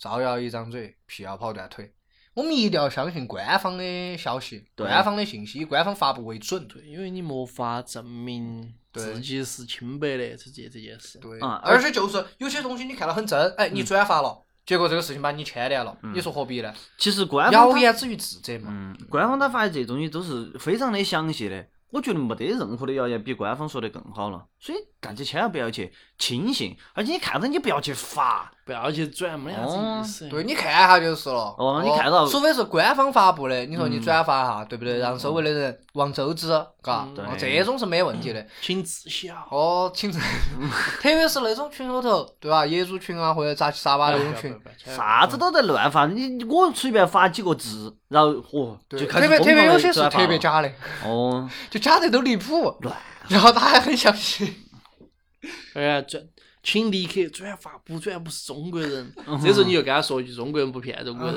Speaker 2: 造谣一张嘴，辟谣跑断腿。我们一定要相信官方的消息、
Speaker 3: 对
Speaker 2: 官方的信息，以官方发布为准。
Speaker 4: 对，因为你没法证明
Speaker 2: 对
Speaker 4: 自己是清白的这件这件事。
Speaker 2: 对，
Speaker 3: 啊
Speaker 2: 而且就是有些东西你看到很真，哎，你转发了，结果这个事情把你牵连了，
Speaker 3: 嗯
Speaker 2: 你说何必呢？
Speaker 3: 其实官方
Speaker 2: 谣
Speaker 3: 它
Speaker 2: 言止于智者嘛。
Speaker 3: 嗯，官方他发的这些东西都是非常的详细的，我觉得没得任何的谣言比官方说的更好了。所以大家千万不要去轻信，而且你看到你不要去发。
Speaker 4: 不要去转，没啥子意思。
Speaker 2: 哦对，，你看一下就是了。
Speaker 3: 嗯哦你看到
Speaker 2: 除非是官方发布的，你说你
Speaker 3: 嗯
Speaker 2: 转发一下，对不对？让周围的人望周知，嘎，
Speaker 4: 嗯
Speaker 2: 哦
Speaker 3: 对
Speaker 2: 这种是没问题的。
Speaker 4: 请自小。
Speaker 2: 哦，请 自，特别是那种群里头，对吧？业主群啊，或者杂七杂八那种
Speaker 3: 哎
Speaker 2: 群，
Speaker 3: 啥子都在乱发，你我随便发几个字，然后嚯、
Speaker 2: 对，
Speaker 3: 就开
Speaker 2: 特
Speaker 3: 始
Speaker 2: 别特
Speaker 3: 疯
Speaker 2: 别
Speaker 3: 狂
Speaker 2: 有
Speaker 3: 地
Speaker 2: 些是
Speaker 3: 转发
Speaker 2: 特别
Speaker 3: 了
Speaker 2: 假的，
Speaker 3: 哦，
Speaker 2: 就假的都离谱，
Speaker 3: 乱
Speaker 2: 然后他还很相信。
Speaker 4: 哎，转，请立刻转发，不转不是中 国人。
Speaker 2: 嗯
Speaker 4: 这时候你就跟他说一句：“中国人不骗中国人。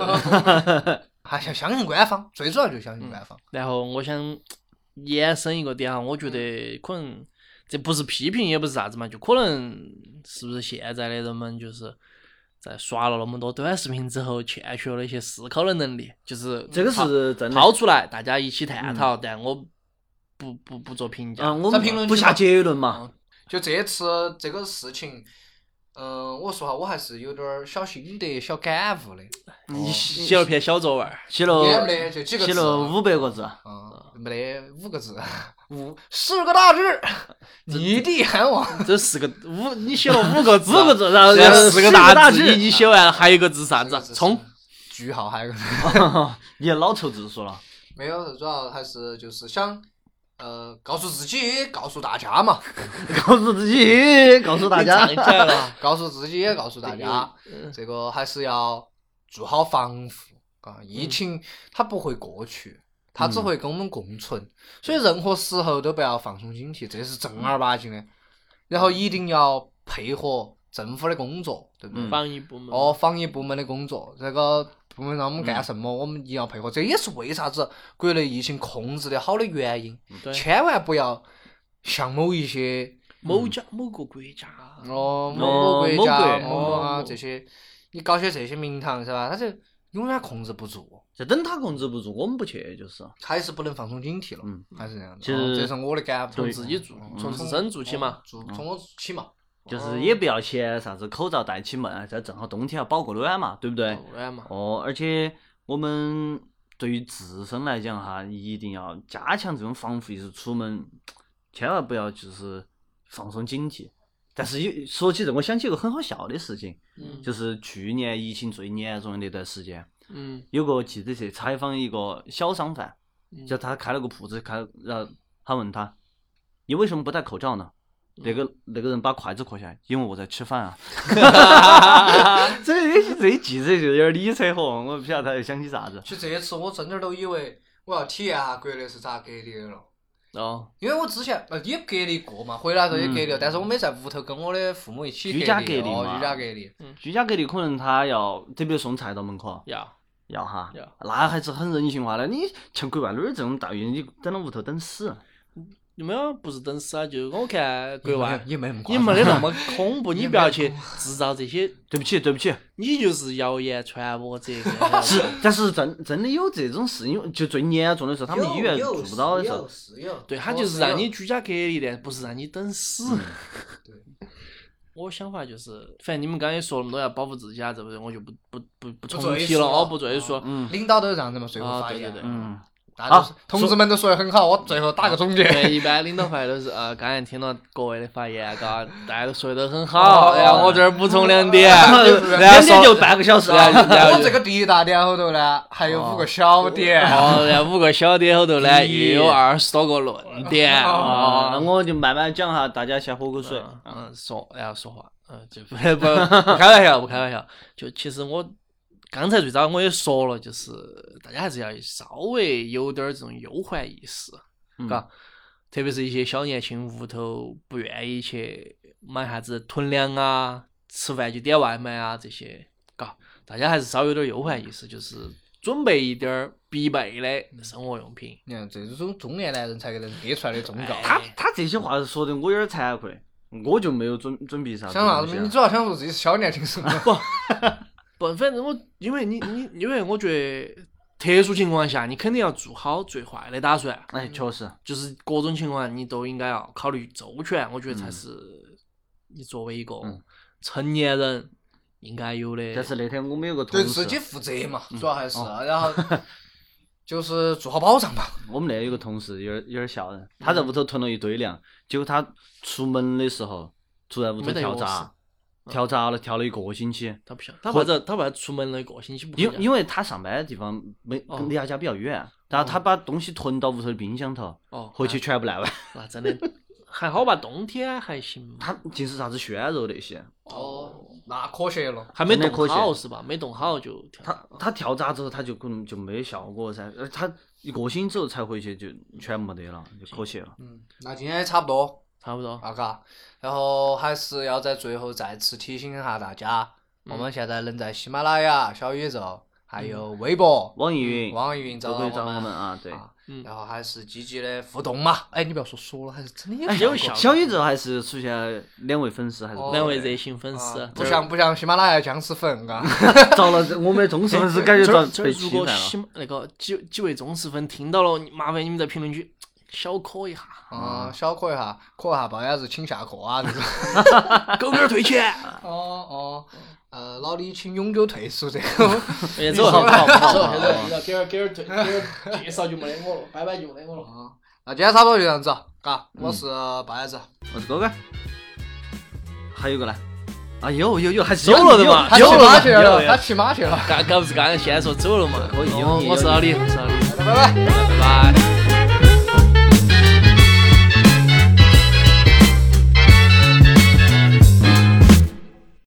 Speaker 2: 还想哎相信官方，最主要就相信官
Speaker 3: 嗯
Speaker 2: 方。”
Speaker 4: 然后我想延伸一个点哈，啊我觉
Speaker 2: 嗯
Speaker 4: 得可能这不是批评，也不是啥子嘛，就可能是不是现在的人们就是在刷了那么多短视频之后，欠缺了一些思考的能力，
Speaker 2: 嗯
Speaker 4: 就是
Speaker 3: 这个
Speaker 4: 抛
Speaker 3: 是真的。
Speaker 4: 抛出来，大家一起探讨，但我不不不做评价。
Speaker 3: 嗯，我
Speaker 2: 在评论
Speaker 3: 们不
Speaker 2: 区
Speaker 3: 下
Speaker 2: 嘛
Speaker 3: 结论嘛。
Speaker 2: 就这次这个事情，嗯，我说哈，我还是有点儿小心得、小感悟的，
Speaker 3: 你
Speaker 4: 写了篇小作文儿，
Speaker 3: 写
Speaker 2: 也
Speaker 3: 了
Speaker 2: 哦没得就几个
Speaker 3: 写
Speaker 2: 字啊
Speaker 3: 了哦五百个字，啊
Speaker 2: 嗯，没得五个字，五四个 大字，你的喊我。
Speaker 4: 这四个五，你写了五个字，
Speaker 3: 五个字，然后
Speaker 4: 然
Speaker 3: 然
Speaker 4: 后
Speaker 3: 后
Speaker 4: 四
Speaker 3: 四
Speaker 4: 个
Speaker 3: 个
Speaker 4: 大
Speaker 3: 大
Speaker 4: 字，
Speaker 3: 字，
Speaker 4: 你你写完了，还有一个字
Speaker 3: 啊
Speaker 4: 啥
Speaker 2: 这个
Speaker 4: 子？
Speaker 2: 是
Speaker 4: 啊冲！
Speaker 2: 句号还有个
Speaker 3: 你老凑字数了。
Speaker 2: 没有，主要还是就是想呃告诉自己，告诉大家嘛，
Speaker 3: 告诉自己，告诉大家
Speaker 4: 你，唱起来了，
Speaker 2: 啊告诉自己也告诉大家，这个还是要做好防护啊！疫情它不会过去，它只会跟我们共存，所以任何时候都不要放松警惕，这是正儿八经的。然后一定要配合政府的工作，对不对？
Speaker 3: 嗯
Speaker 4: 防疫部门
Speaker 2: 哦，，防疫部门的工作，这个部门让我们干什么，我们一定要配合。这也是为啥子国内疫情控制的好的原因。
Speaker 4: 对
Speaker 2: 千万不要像某一些
Speaker 4: 某家某个国家，
Speaker 2: 哦某
Speaker 3: 哦
Speaker 2: 某
Speaker 3: 某
Speaker 2: 国家
Speaker 3: 国
Speaker 2: 某啊
Speaker 4: 哦
Speaker 2: 这些，你搞些这些名堂是吧？他就永远控制不住，
Speaker 3: 就等他控制不住，我们不去就是。
Speaker 2: 还是不能放松警惕了。
Speaker 3: 嗯，
Speaker 2: 还是这样的。
Speaker 3: 其
Speaker 2: 哦这
Speaker 3: 实
Speaker 2: 是我的感悟，
Speaker 3: 对
Speaker 4: 自己做
Speaker 2: 嗯，
Speaker 4: 从自身做起嘛。
Speaker 2: 做从我起嘛。
Speaker 3: 就是也不要嫌啥子口罩戴起闷，这正好冬天要保个暖嘛，对不对？
Speaker 4: 暖嘛，
Speaker 3: 哦，而且我们对于自身来讲哈，一定要加强这种防护意识，出门千万不要就是放松警惕。但是有说起这，我想起一个很好笑的事情，
Speaker 4: 嗯
Speaker 3: 就是去年疫情最严重的那段时间，
Speaker 4: 嗯，
Speaker 3: 有个记者去采访一个小商贩，
Speaker 4: 嗯
Speaker 3: 就他开了个铺子，开然后他问他，你为什么不戴口罩呢？那个那个人把筷子扣下来，因为我在吃饭 啊。这这这记者就有点理扯火，我不晓得他又想起啥子。
Speaker 2: 其实这一次我真的都以为我要体验下国内是咋隔离的了。
Speaker 4: 哦，
Speaker 2: 因为我之前呃也隔离过嘛，回来的时候也隔离了，
Speaker 3: 嗯
Speaker 2: 但是我没在屋头跟我的父母一起
Speaker 3: 居家
Speaker 2: 隔
Speaker 3: 隔离
Speaker 2: 哦，
Speaker 3: 嘛
Speaker 2: 居家隔离。
Speaker 3: 居家隔离可能他要特别送菜到门口，
Speaker 4: 要
Speaker 3: 要哈
Speaker 4: 要，
Speaker 3: 那还是很人性化的。你像国外哪儿有这种待遇，你等到屋头等死。
Speaker 4: 你们要不是等死啊，就我看国外
Speaker 3: 嗯
Speaker 2: 也没那么夸
Speaker 4: 也
Speaker 2: 张
Speaker 4: 没得那么恐 怖，
Speaker 2: 也
Speaker 4: 你
Speaker 2: 没
Speaker 4: 不要
Speaker 2: 那
Speaker 4: 去制造这些，
Speaker 3: 对不起，对不起，
Speaker 4: 你就是谣言传播者。
Speaker 3: 是，但是真真的有这种事情，就最严重的时候，他们医院做不到的时候，
Speaker 2: 是有，
Speaker 4: 对他就是让你居家隔离的，不是让你等死。
Speaker 3: 嗯
Speaker 2: 对
Speaker 4: 我想法就是，反正你们刚才也说了那么多要保护自己啊，这不是我就不不不不重
Speaker 2: 赘
Speaker 4: 提
Speaker 2: 述
Speaker 4: 了，
Speaker 2: 了
Speaker 4: 哦，不赘述。
Speaker 2: 啊
Speaker 3: 嗯
Speaker 2: 领导都是这样子嘛，最后
Speaker 4: 啊
Speaker 2: 发
Speaker 4: 对对
Speaker 2: 现
Speaker 4: 对
Speaker 2: 的。
Speaker 3: 嗯，
Speaker 4: 大家都
Speaker 3: 好
Speaker 4: 是
Speaker 2: 同志们都说的很好，我最后打个总结。
Speaker 4: 对，一般领导发言都是啊，刚才听了各位的发言，啊嘎，大家都说的很
Speaker 2: 哦
Speaker 4: 好，然后我这儿补充两点， 然后
Speaker 3: 两点
Speaker 4: 说
Speaker 3: 哦就半个小时啊
Speaker 4: 然。后然
Speaker 2: 我
Speaker 4: 后
Speaker 2: 这个第一大点后头呢，还有五个小点。
Speaker 4: 哦，然后五个小点后头呢，又有二十多个论点，
Speaker 3: 啊，
Speaker 4: 啊
Speaker 3: 那我就慢慢讲哈，大家先喝口水。
Speaker 4: 嗯，说然后说话，嗯，就不 不不开玩笑，不开玩笑，就其实我刚才最早我也说了，就是大家还是要稍微有点儿这种忧患意识，
Speaker 3: 嗯
Speaker 4: 嘎、特别是一些小年轻屋头不愿意去买啥子囤粮啊，吃饭就点外卖啊这些，嘎，大家还是稍微有点忧患意识，就是准备一点儿必备的生活用品。
Speaker 2: 你看，这种中年男人才给人给出来的忠告。
Speaker 4: 哎
Speaker 3: 他他这些话说的我有点惭愧，我就没有准准备啥子
Speaker 2: 想啥
Speaker 3: 东
Speaker 2: 子
Speaker 3: 西
Speaker 2: 嘛？
Speaker 3: 啊。
Speaker 2: 你主要想说自己是小年轻时 候。
Speaker 4: 不，反正我因为你你因为我觉得特殊情况下，你肯定要做好最坏的打算，
Speaker 3: 哎，确实，
Speaker 4: 就是各种情况你都应该要考虑周全，我觉得才
Speaker 3: 嗯
Speaker 4: 是你作为一个
Speaker 3: 嗯
Speaker 4: 成年人应该有的。
Speaker 3: 但是那天我们有个同
Speaker 2: 对自己
Speaker 3: 事，
Speaker 2: 负责嘛，
Speaker 4: 嗯
Speaker 2: 主要
Speaker 4: 哦
Speaker 2: 还是，啊然后就是做好保障吧。
Speaker 3: 我们那有个同事有点有点吓
Speaker 4: 嗯
Speaker 3: 人，他在屋头囤了一堆粮，结果他出门的时候突然屋头
Speaker 4: 没得
Speaker 3: 跳
Speaker 4: 钥匙嗯哎
Speaker 3: 闸，跳闸了，跳了一个星期。
Speaker 4: 他不想，他为啥他为啥出门了一个星期不回
Speaker 3: 因
Speaker 4: 家？
Speaker 3: 因为他上班的地方没
Speaker 4: 哦
Speaker 3: 跟离他家比较远，然后他把东西囤到屋头的冰箱头，
Speaker 4: 哦，
Speaker 3: 回去全部烂完。
Speaker 4: 那那真的还好吧，冬天还行吧。
Speaker 3: 他尽是啥子鲜肉那些，
Speaker 2: 哦，那科学了。
Speaker 4: 还没
Speaker 3: 真的
Speaker 4: 冻
Speaker 3: 科学
Speaker 4: 好是吧？没冻好就跳
Speaker 3: 他他跳闸之后他就可能就没效果噻，而他一个星期之后才回去就全没得了，就可惜了。
Speaker 2: 嗯，那今天也差不多，
Speaker 4: 差不多。
Speaker 2: 啊嘎。然后还是要在最后再次提醒一下大家，我
Speaker 3: 嗯
Speaker 2: 们现在能在喜马拉雅、小宇宙、还有微博、
Speaker 3: 网易云
Speaker 2: 网易云找到
Speaker 3: 都可嗯以找
Speaker 2: 我
Speaker 3: 我们
Speaker 2: 们。
Speaker 3: 啊，对。
Speaker 2: 啊
Speaker 4: 嗯
Speaker 2: 然后还是积极的互动嘛。哎，你不要说说了，还是真的
Speaker 3: 哎，
Speaker 2: 效
Speaker 4: 有
Speaker 2: 果啊
Speaker 4: 效
Speaker 3: 小宇宙还是出现两位粉丝，还是
Speaker 2: 哦
Speaker 4: 两位热心粉丝
Speaker 2: 啊，不像不像喜马拉雅僵尸粉， 嘎。
Speaker 3: 找了我们的忠实粉丝，感觉
Speaker 4: 这
Speaker 3: 遭
Speaker 4: 儿这儿
Speaker 3: 被
Speaker 4: 如
Speaker 3: 欺
Speaker 4: 果
Speaker 3: 负了。
Speaker 4: 喜那个几几位忠实粉听到了，你麻烦你们在评论区小磕一下，
Speaker 2: 啊，小可一下，可一下包鸭子，请下课啊这种。
Speaker 4: 狗狗 退钱。
Speaker 2: 哦哦，呃，老李请永久退出这个。
Speaker 4: 别
Speaker 3: 走 好好好好
Speaker 4: 现 在要给点给点退，给点介绍就没得我了，拜拜就没得我了。
Speaker 2: 啊， 那今天差不多就这样子，啊嘎，
Speaker 3: 嗯
Speaker 2: 我是包鸭子。
Speaker 3: 我是哥哥，还有个呢？啊，有有有，还是
Speaker 4: 走了的
Speaker 3: 有
Speaker 4: 嘛
Speaker 2: 他
Speaker 3: 有
Speaker 2: 骑
Speaker 3: 有
Speaker 2: 马去
Speaker 3: 有有
Speaker 2: 了，
Speaker 3: 有
Speaker 2: 他骑马去了。
Speaker 4: 刚刚不是刚才先说走了嘛？哦
Speaker 3: 可以有
Speaker 4: 我
Speaker 3: 你
Speaker 4: 我是
Speaker 3: 有
Speaker 4: 老
Speaker 3: 你
Speaker 4: 李，我是老李，
Speaker 2: 拜拜。
Speaker 4: 拜拜。